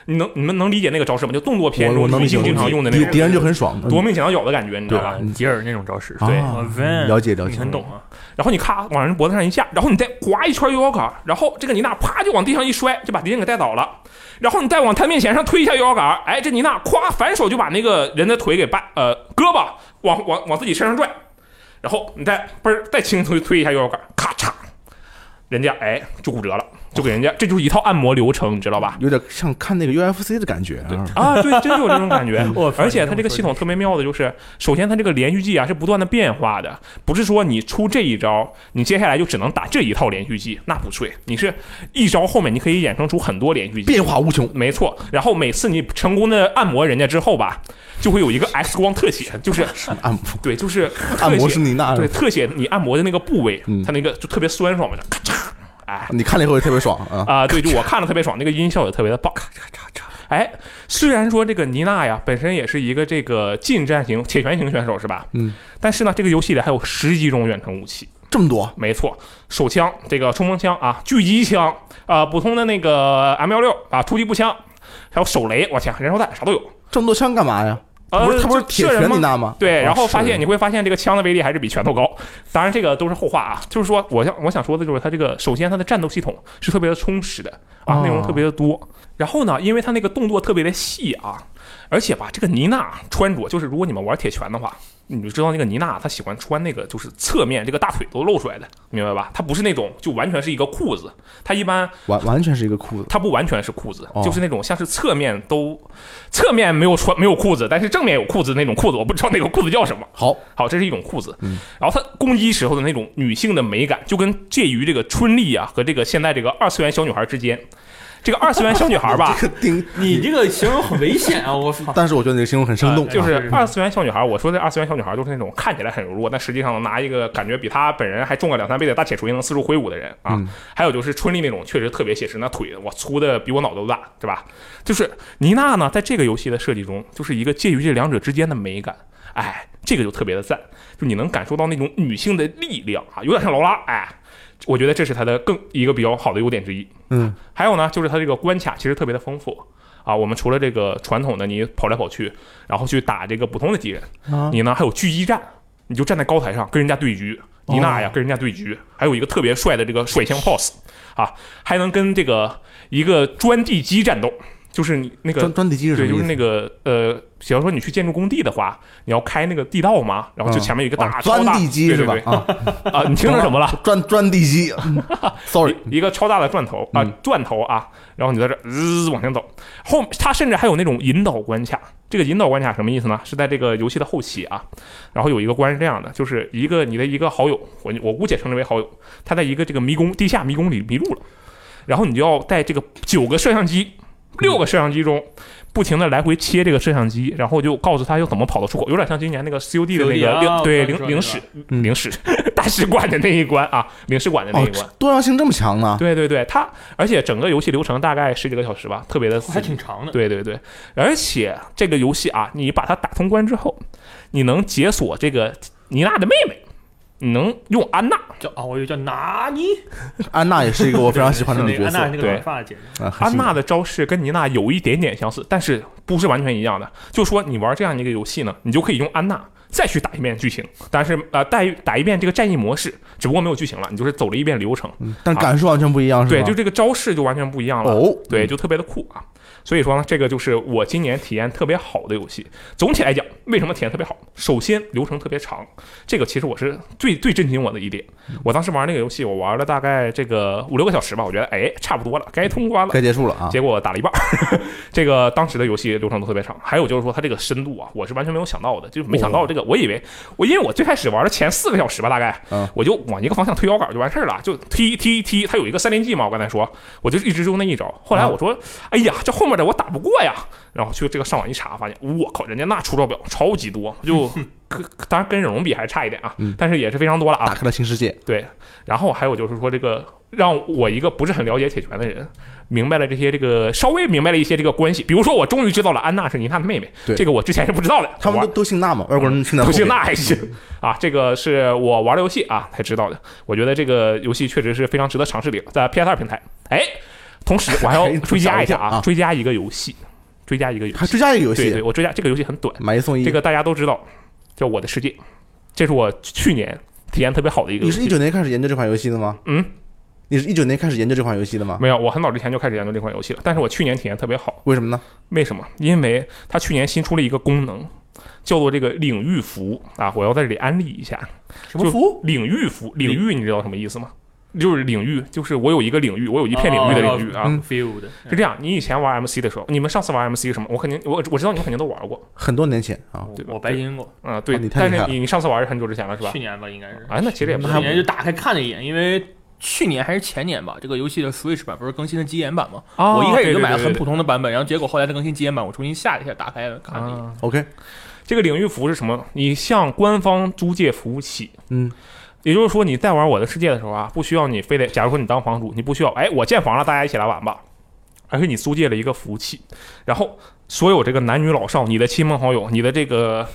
[SPEAKER 3] 你能你们能理解那个招式吗？就动作片
[SPEAKER 2] 我
[SPEAKER 3] 中
[SPEAKER 2] 我能
[SPEAKER 3] 女
[SPEAKER 2] 理解
[SPEAKER 3] 性经常用的那
[SPEAKER 2] 敌
[SPEAKER 3] 种
[SPEAKER 2] 敌人就很爽，嗯
[SPEAKER 3] 夺命剪刀脚的感觉，你知
[SPEAKER 7] 对
[SPEAKER 3] 道吧
[SPEAKER 7] 吧？？吉尔那种招式，
[SPEAKER 3] 对
[SPEAKER 2] 啊
[SPEAKER 7] Van，
[SPEAKER 2] 了解了
[SPEAKER 7] 你
[SPEAKER 2] 解，
[SPEAKER 7] 很懂啊。
[SPEAKER 3] 然后你咔往人脖子上一下，然后你再划一圈右摇杆，然后这个妮娜啪就往地上一摔，就把敌人给带倒了。然后你再往他面前上推一下右摇杆，哎，这妮娜咵反手就把那个人的腿给掰，呃，胳膊往往往自己身上拽，然后你再嘣儿再轻推推一下右摇杆，咔嚓，人家哎就骨折了，就给人家这就是一套按摩流程，你知道吧？
[SPEAKER 2] 有点像看那个 UFC 的感觉啊。
[SPEAKER 3] 啊，对，真就有这种感 觉
[SPEAKER 7] 我
[SPEAKER 3] 而且它这个系统特别妙的就是，首先它这个连续技啊是不断的变化的，不是说你出这一招，你接下来就只能打这一套连续技，那不对，你是一招后面你可以衍生出很多连续技，
[SPEAKER 2] 变化无穷，
[SPEAKER 3] 没错。然后每次你成功的按摩人家之后吧，就会有一个 X 光特写，就是
[SPEAKER 2] 按
[SPEAKER 3] 对，就是
[SPEAKER 2] 按
[SPEAKER 3] 特
[SPEAKER 2] 摩是
[SPEAKER 3] 写，
[SPEAKER 2] 你那，
[SPEAKER 3] 对，特写你按摩的那个部位
[SPEAKER 2] 嗯，
[SPEAKER 3] 它那个就特别酸爽嘛，咔嚓，哎，
[SPEAKER 2] 你看了以后也特别爽啊。
[SPEAKER 3] 啊、对，就我看着特别爽，那个音效也特别的棒。哎，虽然说这个妮娜呀，本身也是一个这个近战型、铁拳型选手是吧？
[SPEAKER 2] 嗯。
[SPEAKER 3] 但是呢，这个游戏里还有十几种远程武器，
[SPEAKER 2] 这么多，
[SPEAKER 3] 没错，手枪、这个冲锋枪啊，狙击枪啊、普通的那个 M 幺六啊，突击步枪，还有手雷，我天，燃烧弹啥都有。
[SPEAKER 2] 这么多枪干嘛呀？
[SPEAKER 3] 呃，
[SPEAKER 2] 不是他不是
[SPEAKER 3] 就
[SPEAKER 2] 铁
[SPEAKER 3] 射人
[SPEAKER 2] 拳
[SPEAKER 3] 吗
[SPEAKER 2] 你拿吗？
[SPEAKER 3] 对，
[SPEAKER 2] 哦
[SPEAKER 3] 然后发
[SPEAKER 2] 是
[SPEAKER 3] 现你会发现这个枪的威力还是比拳头高。当然，这个都是后话啊。就是说，我想我想说的就是它这个，首先它的战斗系统是特别的充实的啊，内
[SPEAKER 2] 哦
[SPEAKER 3] 容特别的多。然后呢，因为它那个动作特别的细啊，而且吧，这个妮娜穿着，就是如果你们玩铁拳的话，你就知道那个妮娜她喜欢穿那个就是侧面这个大腿都露出来的，明白吧？她不是那种就完全是一个裤子，她一般
[SPEAKER 2] 完完全是一个裤子，
[SPEAKER 3] 它不完全是裤子，
[SPEAKER 2] 哦
[SPEAKER 3] 就是那种像是侧面都侧面没有穿没有裤子，但是正面有裤子那种裤子，我不知道那个裤子叫什么。
[SPEAKER 2] 好，，
[SPEAKER 3] 好，这是一种裤子。然后它攻击时候的那种女性的美感，就跟介于这个春丽啊和这个现在这个二次元小女孩之间。这个二次元小女孩吧
[SPEAKER 2] 这个顶，
[SPEAKER 7] 你这个形容很危险啊！我操，
[SPEAKER 2] 但是我觉得你的形容很生动，
[SPEAKER 3] 呃就
[SPEAKER 7] 啊
[SPEAKER 3] 是二次元小女孩。我说的二次元小女孩，就是那种看起来很柔弱，但实际上拿一个感觉比她本人还重个两三倍的大铁锤能四处挥舞的人啊。
[SPEAKER 2] 嗯
[SPEAKER 3] 还有就是春丽那种确实特别写实，那腿我粗的比我脑都大，对吧？就是妮娜呢，在这个游戏的设计中，就是一个介于这两者之间的美感。哎，这个就特别的赞，就你能感受到那种女性的力量啊，有点像劳拉。哎，我觉得这是它的更一个比较好的优点之一。
[SPEAKER 2] 嗯，
[SPEAKER 3] 还有呢，就是它这个关卡其实特别的丰富啊。我们除了这个传统的你跑来跑去，然后去打这个普通的敌人，
[SPEAKER 2] 啊
[SPEAKER 3] 你呢还有狙击战，你就站在高台上跟人家对局。妮娜
[SPEAKER 2] 哦
[SPEAKER 3] 呀，跟人家对局，还有一个特别帅的这个甩枪 pose 啊，还能跟这个一个钻地鸡战斗，就是你那个
[SPEAKER 2] 专专题机是什么
[SPEAKER 3] 对，
[SPEAKER 2] 意
[SPEAKER 3] 就
[SPEAKER 2] 思？
[SPEAKER 3] 是那个呃，假如说你去建筑工地的话，你要开那个地道嘛，然后就前面有一个大、
[SPEAKER 2] 哦
[SPEAKER 3] 超
[SPEAKER 2] 钻
[SPEAKER 3] 大
[SPEAKER 2] 地机
[SPEAKER 3] 对
[SPEAKER 2] 是
[SPEAKER 3] 对
[SPEAKER 2] 吧
[SPEAKER 3] 对？
[SPEAKER 2] 啊，
[SPEAKER 3] 啊，你听成什么了？
[SPEAKER 2] 钻钻地 机，sorry，嗯
[SPEAKER 3] 一一个超大的钻头啊，钻头啊，然后你在这滋、往前走，后它甚至还有那种引导关卡。这个引导关卡什么意思呢？是在这个游戏的后期啊，然后有一个关是这样的，就是一个你的一个好友，我我姑且称之为好友，他在一个这个迷宫地下迷宫里迷路了，然后你就要在这个九个摄像机、六个摄像机中。不停的来回切这个摄像机，然后就告诉他要怎么跑到出口，有点像今年那个 COD 的那
[SPEAKER 7] COD
[SPEAKER 3] 个
[SPEAKER 7] 啊
[SPEAKER 3] 领、对
[SPEAKER 7] 我知道
[SPEAKER 3] 领领事
[SPEAKER 2] 嗯
[SPEAKER 3] 领事 大使馆的那一关啊，领事馆的那
[SPEAKER 2] 哦
[SPEAKER 3] 一关。，
[SPEAKER 2] 多样性这么强呢？
[SPEAKER 3] 对对对，它而且整个游戏流程大概十几个小时吧，特别的
[SPEAKER 7] 还挺长的。
[SPEAKER 3] 对对对，而且这个游戏啊，你把它打通关之后，你能解锁这个妮娜的妹妹，你能用安娜。
[SPEAKER 7] 叫啊，我又叫拿 尼，
[SPEAKER 2] 安娜也是一个我非
[SPEAKER 3] 啊
[SPEAKER 2] 常喜欢的女
[SPEAKER 7] 对
[SPEAKER 2] 角
[SPEAKER 7] 安
[SPEAKER 2] 色
[SPEAKER 7] 娜那个
[SPEAKER 3] 对
[SPEAKER 7] 短发的姐姐，
[SPEAKER 2] 啊，很
[SPEAKER 3] 安
[SPEAKER 2] 喜欢
[SPEAKER 3] 娜的招式跟妮娜有一点点相似，但是不是完全一样的。就说你玩这样一个游戏呢，你就可以用安娜再去打一遍剧情，但是呃，带打一遍这个战役模式，只不过没有剧情了，你就是走了一遍流程。
[SPEAKER 2] 嗯但感受完全不一样，是
[SPEAKER 3] 啊对，
[SPEAKER 2] 吧？
[SPEAKER 3] 就这个招式就完全不一样了。
[SPEAKER 2] 哦，
[SPEAKER 3] 对，就特别的酷啊。所以说呢，这个就是我今年体验特别好的游戏。总体来讲，为什么体验特别好？首先，流程特别长，这个其实我是最最震惊我的一点。我当时玩那个游戏，我玩了大概这个五六个小时吧，我觉得哎，差不多了，该通关了。
[SPEAKER 2] 该结束了啊。
[SPEAKER 3] 结果打了一半儿， 这个当时的游戏流程都特别长。还有就是说，它这个深度啊，我是完全没有想到的，就是没想到
[SPEAKER 2] 哦
[SPEAKER 3] 这个。我以为我因为我最开始玩的前四个小时吧，大概
[SPEAKER 2] 嗯，
[SPEAKER 3] 我就往一个方向推摇杆就完事儿了，就踢踢踢。它有一个三连击嘛，我刚才说，我就一直用那一招。
[SPEAKER 2] 嗯
[SPEAKER 3] 后来我说，哎呀，这后面的我打不过呀，然后去这个上网一查，发现我靠，人家那出招表超级多，就 跟当然跟忍龙比还差一点啊
[SPEAKER 2] 嗯，
[SPEAKER 3] 但是也是非常多了啊
[SPEAKER 2] 打。开了新世界，
[SPEAKER 3] 对，然后还有就是说，这个让我一个不是很了解铁拳的人，明白了这些这个稍微明白了一些这个关系。比如说，我终于知道了安娜是妮娜的妹妹，
[SPEAKER 2] 对
[SPEAKER 3] 这个我之前是不知道的。
[SPEAKER 2] 他们
[SPEAKER 3] 我
[SPEAKER 2] 都
[SPEAKER 3] 玩
[SPEAKER 2] 都姓娜嘛，外国人姓娜，
[SPEAKER 3] 不信那还行
[SPEAKER 2] 嗯
[SPEAKER 3] 啊，这个是我玩的游戏啊才知道的。我觉得这个游戏确实是非常值得尝试的，在 PS 二平台。哎，同时我还
[SPEAKER 2] 哎
[SPEAKER 3] 要追加
[SPEAKER 2] 想一
[SPEAKER 3] 一下
[SPEAKER 2] 下啊
[SPEAKER 3] 啊，追加一个游戏，追加一个游
[SPEAKER 2] 还
[SPEAKER 3] 戏，
[SPEAKER 2] 追加一个游
[SPEAKER 3] 对对，
[SPEAKER 2] 戏，啊
[SPEAKER 3] 我追加这个游戏很短，
[SPEAKER 2] 买一送一。
[SPEAKER 3] 这个大家都知道，叫《我的世界》，这是我去年体验特别好的一个
[SPEAKER 2] 你
[SPEAKER 3] 游
[SPEAKER 2] 是一
[SPEAKER 3] 戏
[SPEAKER 2] 九。年开始研究这款游戏的吗？
[SPEAKER 3] 嗯，
[SPEAKER 2] 你是一九年开始研究这款游戏的吗？
[SPEAKER 3] 没有，我很早之前就开始研究这款游戏了，但是我去年体验特别好。
[SPEAKER 2] 为什么呢？
[SPEAKER 3] 为什么？因为它去年新出了一个功能，叫做这个领域服啊，我要在这里安利一下。
[SPEAKER 7] 什
[SPEAKER 3] 嗯
[SPEAKER 7] 么服？
[SPEAKER 3] 领域服，领域你知道什么意思吗？就是领域，就是我有一个领域，我有一片领域的领域
[SPEAKER 7] 嗯
[SPEAKER 3] 啊。
[SPEAKER 7] ，field
[SPEAKER 3] 是这样，你以前玩 MC 的时候，你们上次玩 MC 是什么？我肯定，我我知道你们肯定都玩过
[SPEAKER 2] 很多年前啊，
[SPEAKER 3] 对吧
[SPEAKER 7] 嗯我白金过，
[SPEAKER 3] 啊、对。
[SPEAKER 2] 啊你太
[SPEAKER 3] 但
[SPEAKER 2] 厉害
[SPEAKER 3] 是
[SPEAKER 2] 了
[SPEAKER 3] 你你上次玩是很久之前了，是吧
[SPEAKER 7] 去？年吧应该是，
[SPEAKER 3] 啊，那其实也不
[SPEAKER 7] 去
[SPEAKER 3] 是
[SPEAKER 7] 年就打开看了一眼，因为。去年还是前年吧，这个游戏的 Switch 版不是更新了机研版吗？
[SPEAKER 3] 啊，
[SPEAKER 6] 哦
[SPEAKER 7] 我一开始
[SPEAKER 3] 对
[SPEAKER 7] 就买了
[SPEAKER 3] 对
[SPEAKER 7] 很
[SPEAKER 3] 对
[SPEAKER 7] 普通的版本，然后结果后来它更新机研版，我重新下了一下，打开了
[SPEAKER 3] 对
[SPEAKER 7] 看了一眼。
[SPEAKER 3] 啊
[SPEAKER 2] OK，
[SPEAKER 3] 这个领域服是什么呢？你向官方租借服务器，
[SPEAKER 2] 嗯，
[SPEAKER 3] 也就是说，你在玩《我的世界》的时候啊，不需要你非得，假如说你当房主，你不需要，哎，我建房了，大家一起来玩吧。而是你租借了一个服务器，然后所有这个男女老少，你的亲朋好友，你的这个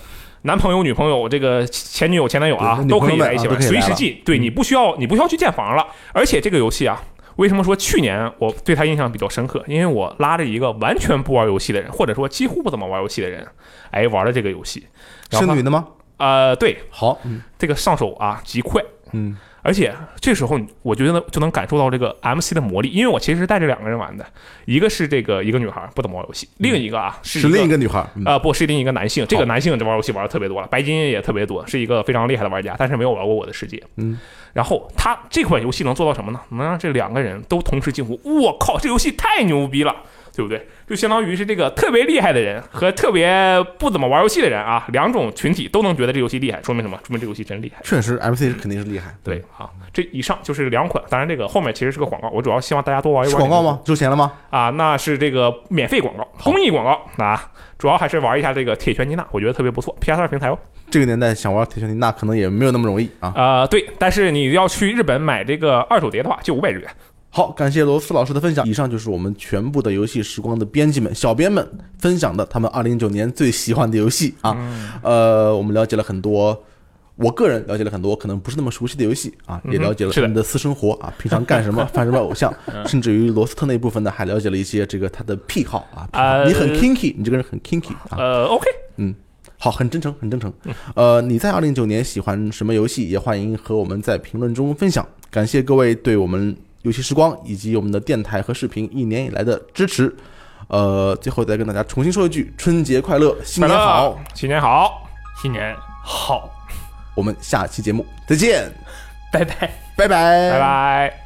[SPEAKER 3] 男朋友、女朋友，这个前女友、前男友啊
[SPEAKER 2] 对，女
[SPEAKER 3] 都
[SPEAKER 2] 朋
[SPEAKER 3] 可
[SPEAKER 2] 友
[SPEAKER 3] 以
[SPEAKER 2] 们
[SPEAKER 3] 来一起
[SPEAKER 2] 啊
[SPEAKER 3] 玩，
[SPEAKER 2] 都可以
[SPEAKER 3] 随
[SPEAKER 2] 来
[SPEAKER 3] 时
[SPEAKER 2] 了
[SPEAKER 3] 进。对你不需要，你不需要去建房了。而且这个游戏啊，为什么说去年我对他印象比较深刻？因为我拉着一个完全不玩游戏的人，或者说几乎不怎么玩游戏的人，哎，玩了这个游戏。然
[SPEAKER 2] 是
[SPEAKER 3] 后他
[SPEAKER 2] 女的吗？
[SPEAKER 3] 呃，对，
[SPEAKER 2] 好，嗯
[SPEAKER 3] 这个上手啊极快，
[SPEAKER 2] 嗯，
[SPEAKER 3] 而且这时候你我觉得就能感受到这个 MC 的魔力，因为我其实是带着两个人玩的，一个是这个一个女孩不怎么玩游戏，另一个啊是
[SPEAKER 2] 是另一
[SPEAKER 3] 一个
[SPEAKER 2] 个女孩。嗯
[SPEAKER 3] 啊、不是另一个男性，这个男性这玩游戏玩的特别多了，白金也特别多，是一个非常厉害的玩家，但是没有玩过我的世界。
[SPEAKER 2] 嗯，
[SPEAKER 3] 然后他这款游戏能做到什么呢？能让这两个人都同时惊呼：“我靠，这游戏太牛逼了！”对不对？就相当于是这个特别厉害的人和特别不怎么玩游戏的人啊，两种群体都能觉得这游戏厉害，说明什么？说明这游戏真厉害。
[SPEAKER 2] 确实，MC 肯定是厉害。
[SPEAKER 3] 对，啊，这以上就是两款，当然这个后面其实是个广告，我主要希望大家多玩一
[SPEAKER 2] 是
[SPEAKER 3] 玩。
[SPEAKER 2] 广告？吗？收钱了吗？
[SPEAKER 3] 啊，那是这个免费广告，公益广告啊，主要还是玩一下这个铁拳妮娜，我觉得特别不错，PS 二平台哦。
[SPEAKER 2] 这个年代想玩铁拳妮娜可能也没有那么容易啊。
[SPEAKER 3] 啊，对，但是你要去日本买这个二手碟的话，就五百日元。
[SPEAKER 2] 好，感谢罗斯老师的分享。以上就是我们全部的游戏时光的编辑们、小编们分享的他们二零一九年最喜欢的游戏啊。
[SPEAKER 3] 嗯
[SPEAKER 2] 呃，我们了解了很多，我个人了解了很多可能不是那么熟悉的游戏啊，也
[SPEAKER 3] 嗯哼
[SPEAKER 2] 了解了
[SPEAKER 3] 是
[SPEAKER 2] 他
[SPEAKER 3] 的嗯
[SPEAKER 2] 们的私生活啊，平常干什么、 犯什么偶像，甚至于罗斯特那部分呢，还了解了一些这个他的癖好啊。癖好
[SPEAKER 3] 呃
[SPEAKER 2] 你很 kinky，你这个人很 kinky 啊。
[SPEAKER 3] 呃，OK，
[SPEAKER 2] 好，很真诚，很真诚。呃，你在二零一九年喜欢什么游戏？也欢迎和我们在评论中分享。感谢各位对我们游戏时光以及我们的电台和视频一年以来的支持。呃，最后再跟大家重新说一句：春节快乐，新年好！，
[SPEAKER 3] 新年好，
[SPEAKER 7] 新年好，
[SPEAKER 2] 我们下期节目再见，
[SPEAKER 7] 拜拜。
[SPEAKER 2] 拜拜，
[SPEAKER 3] 拜拜。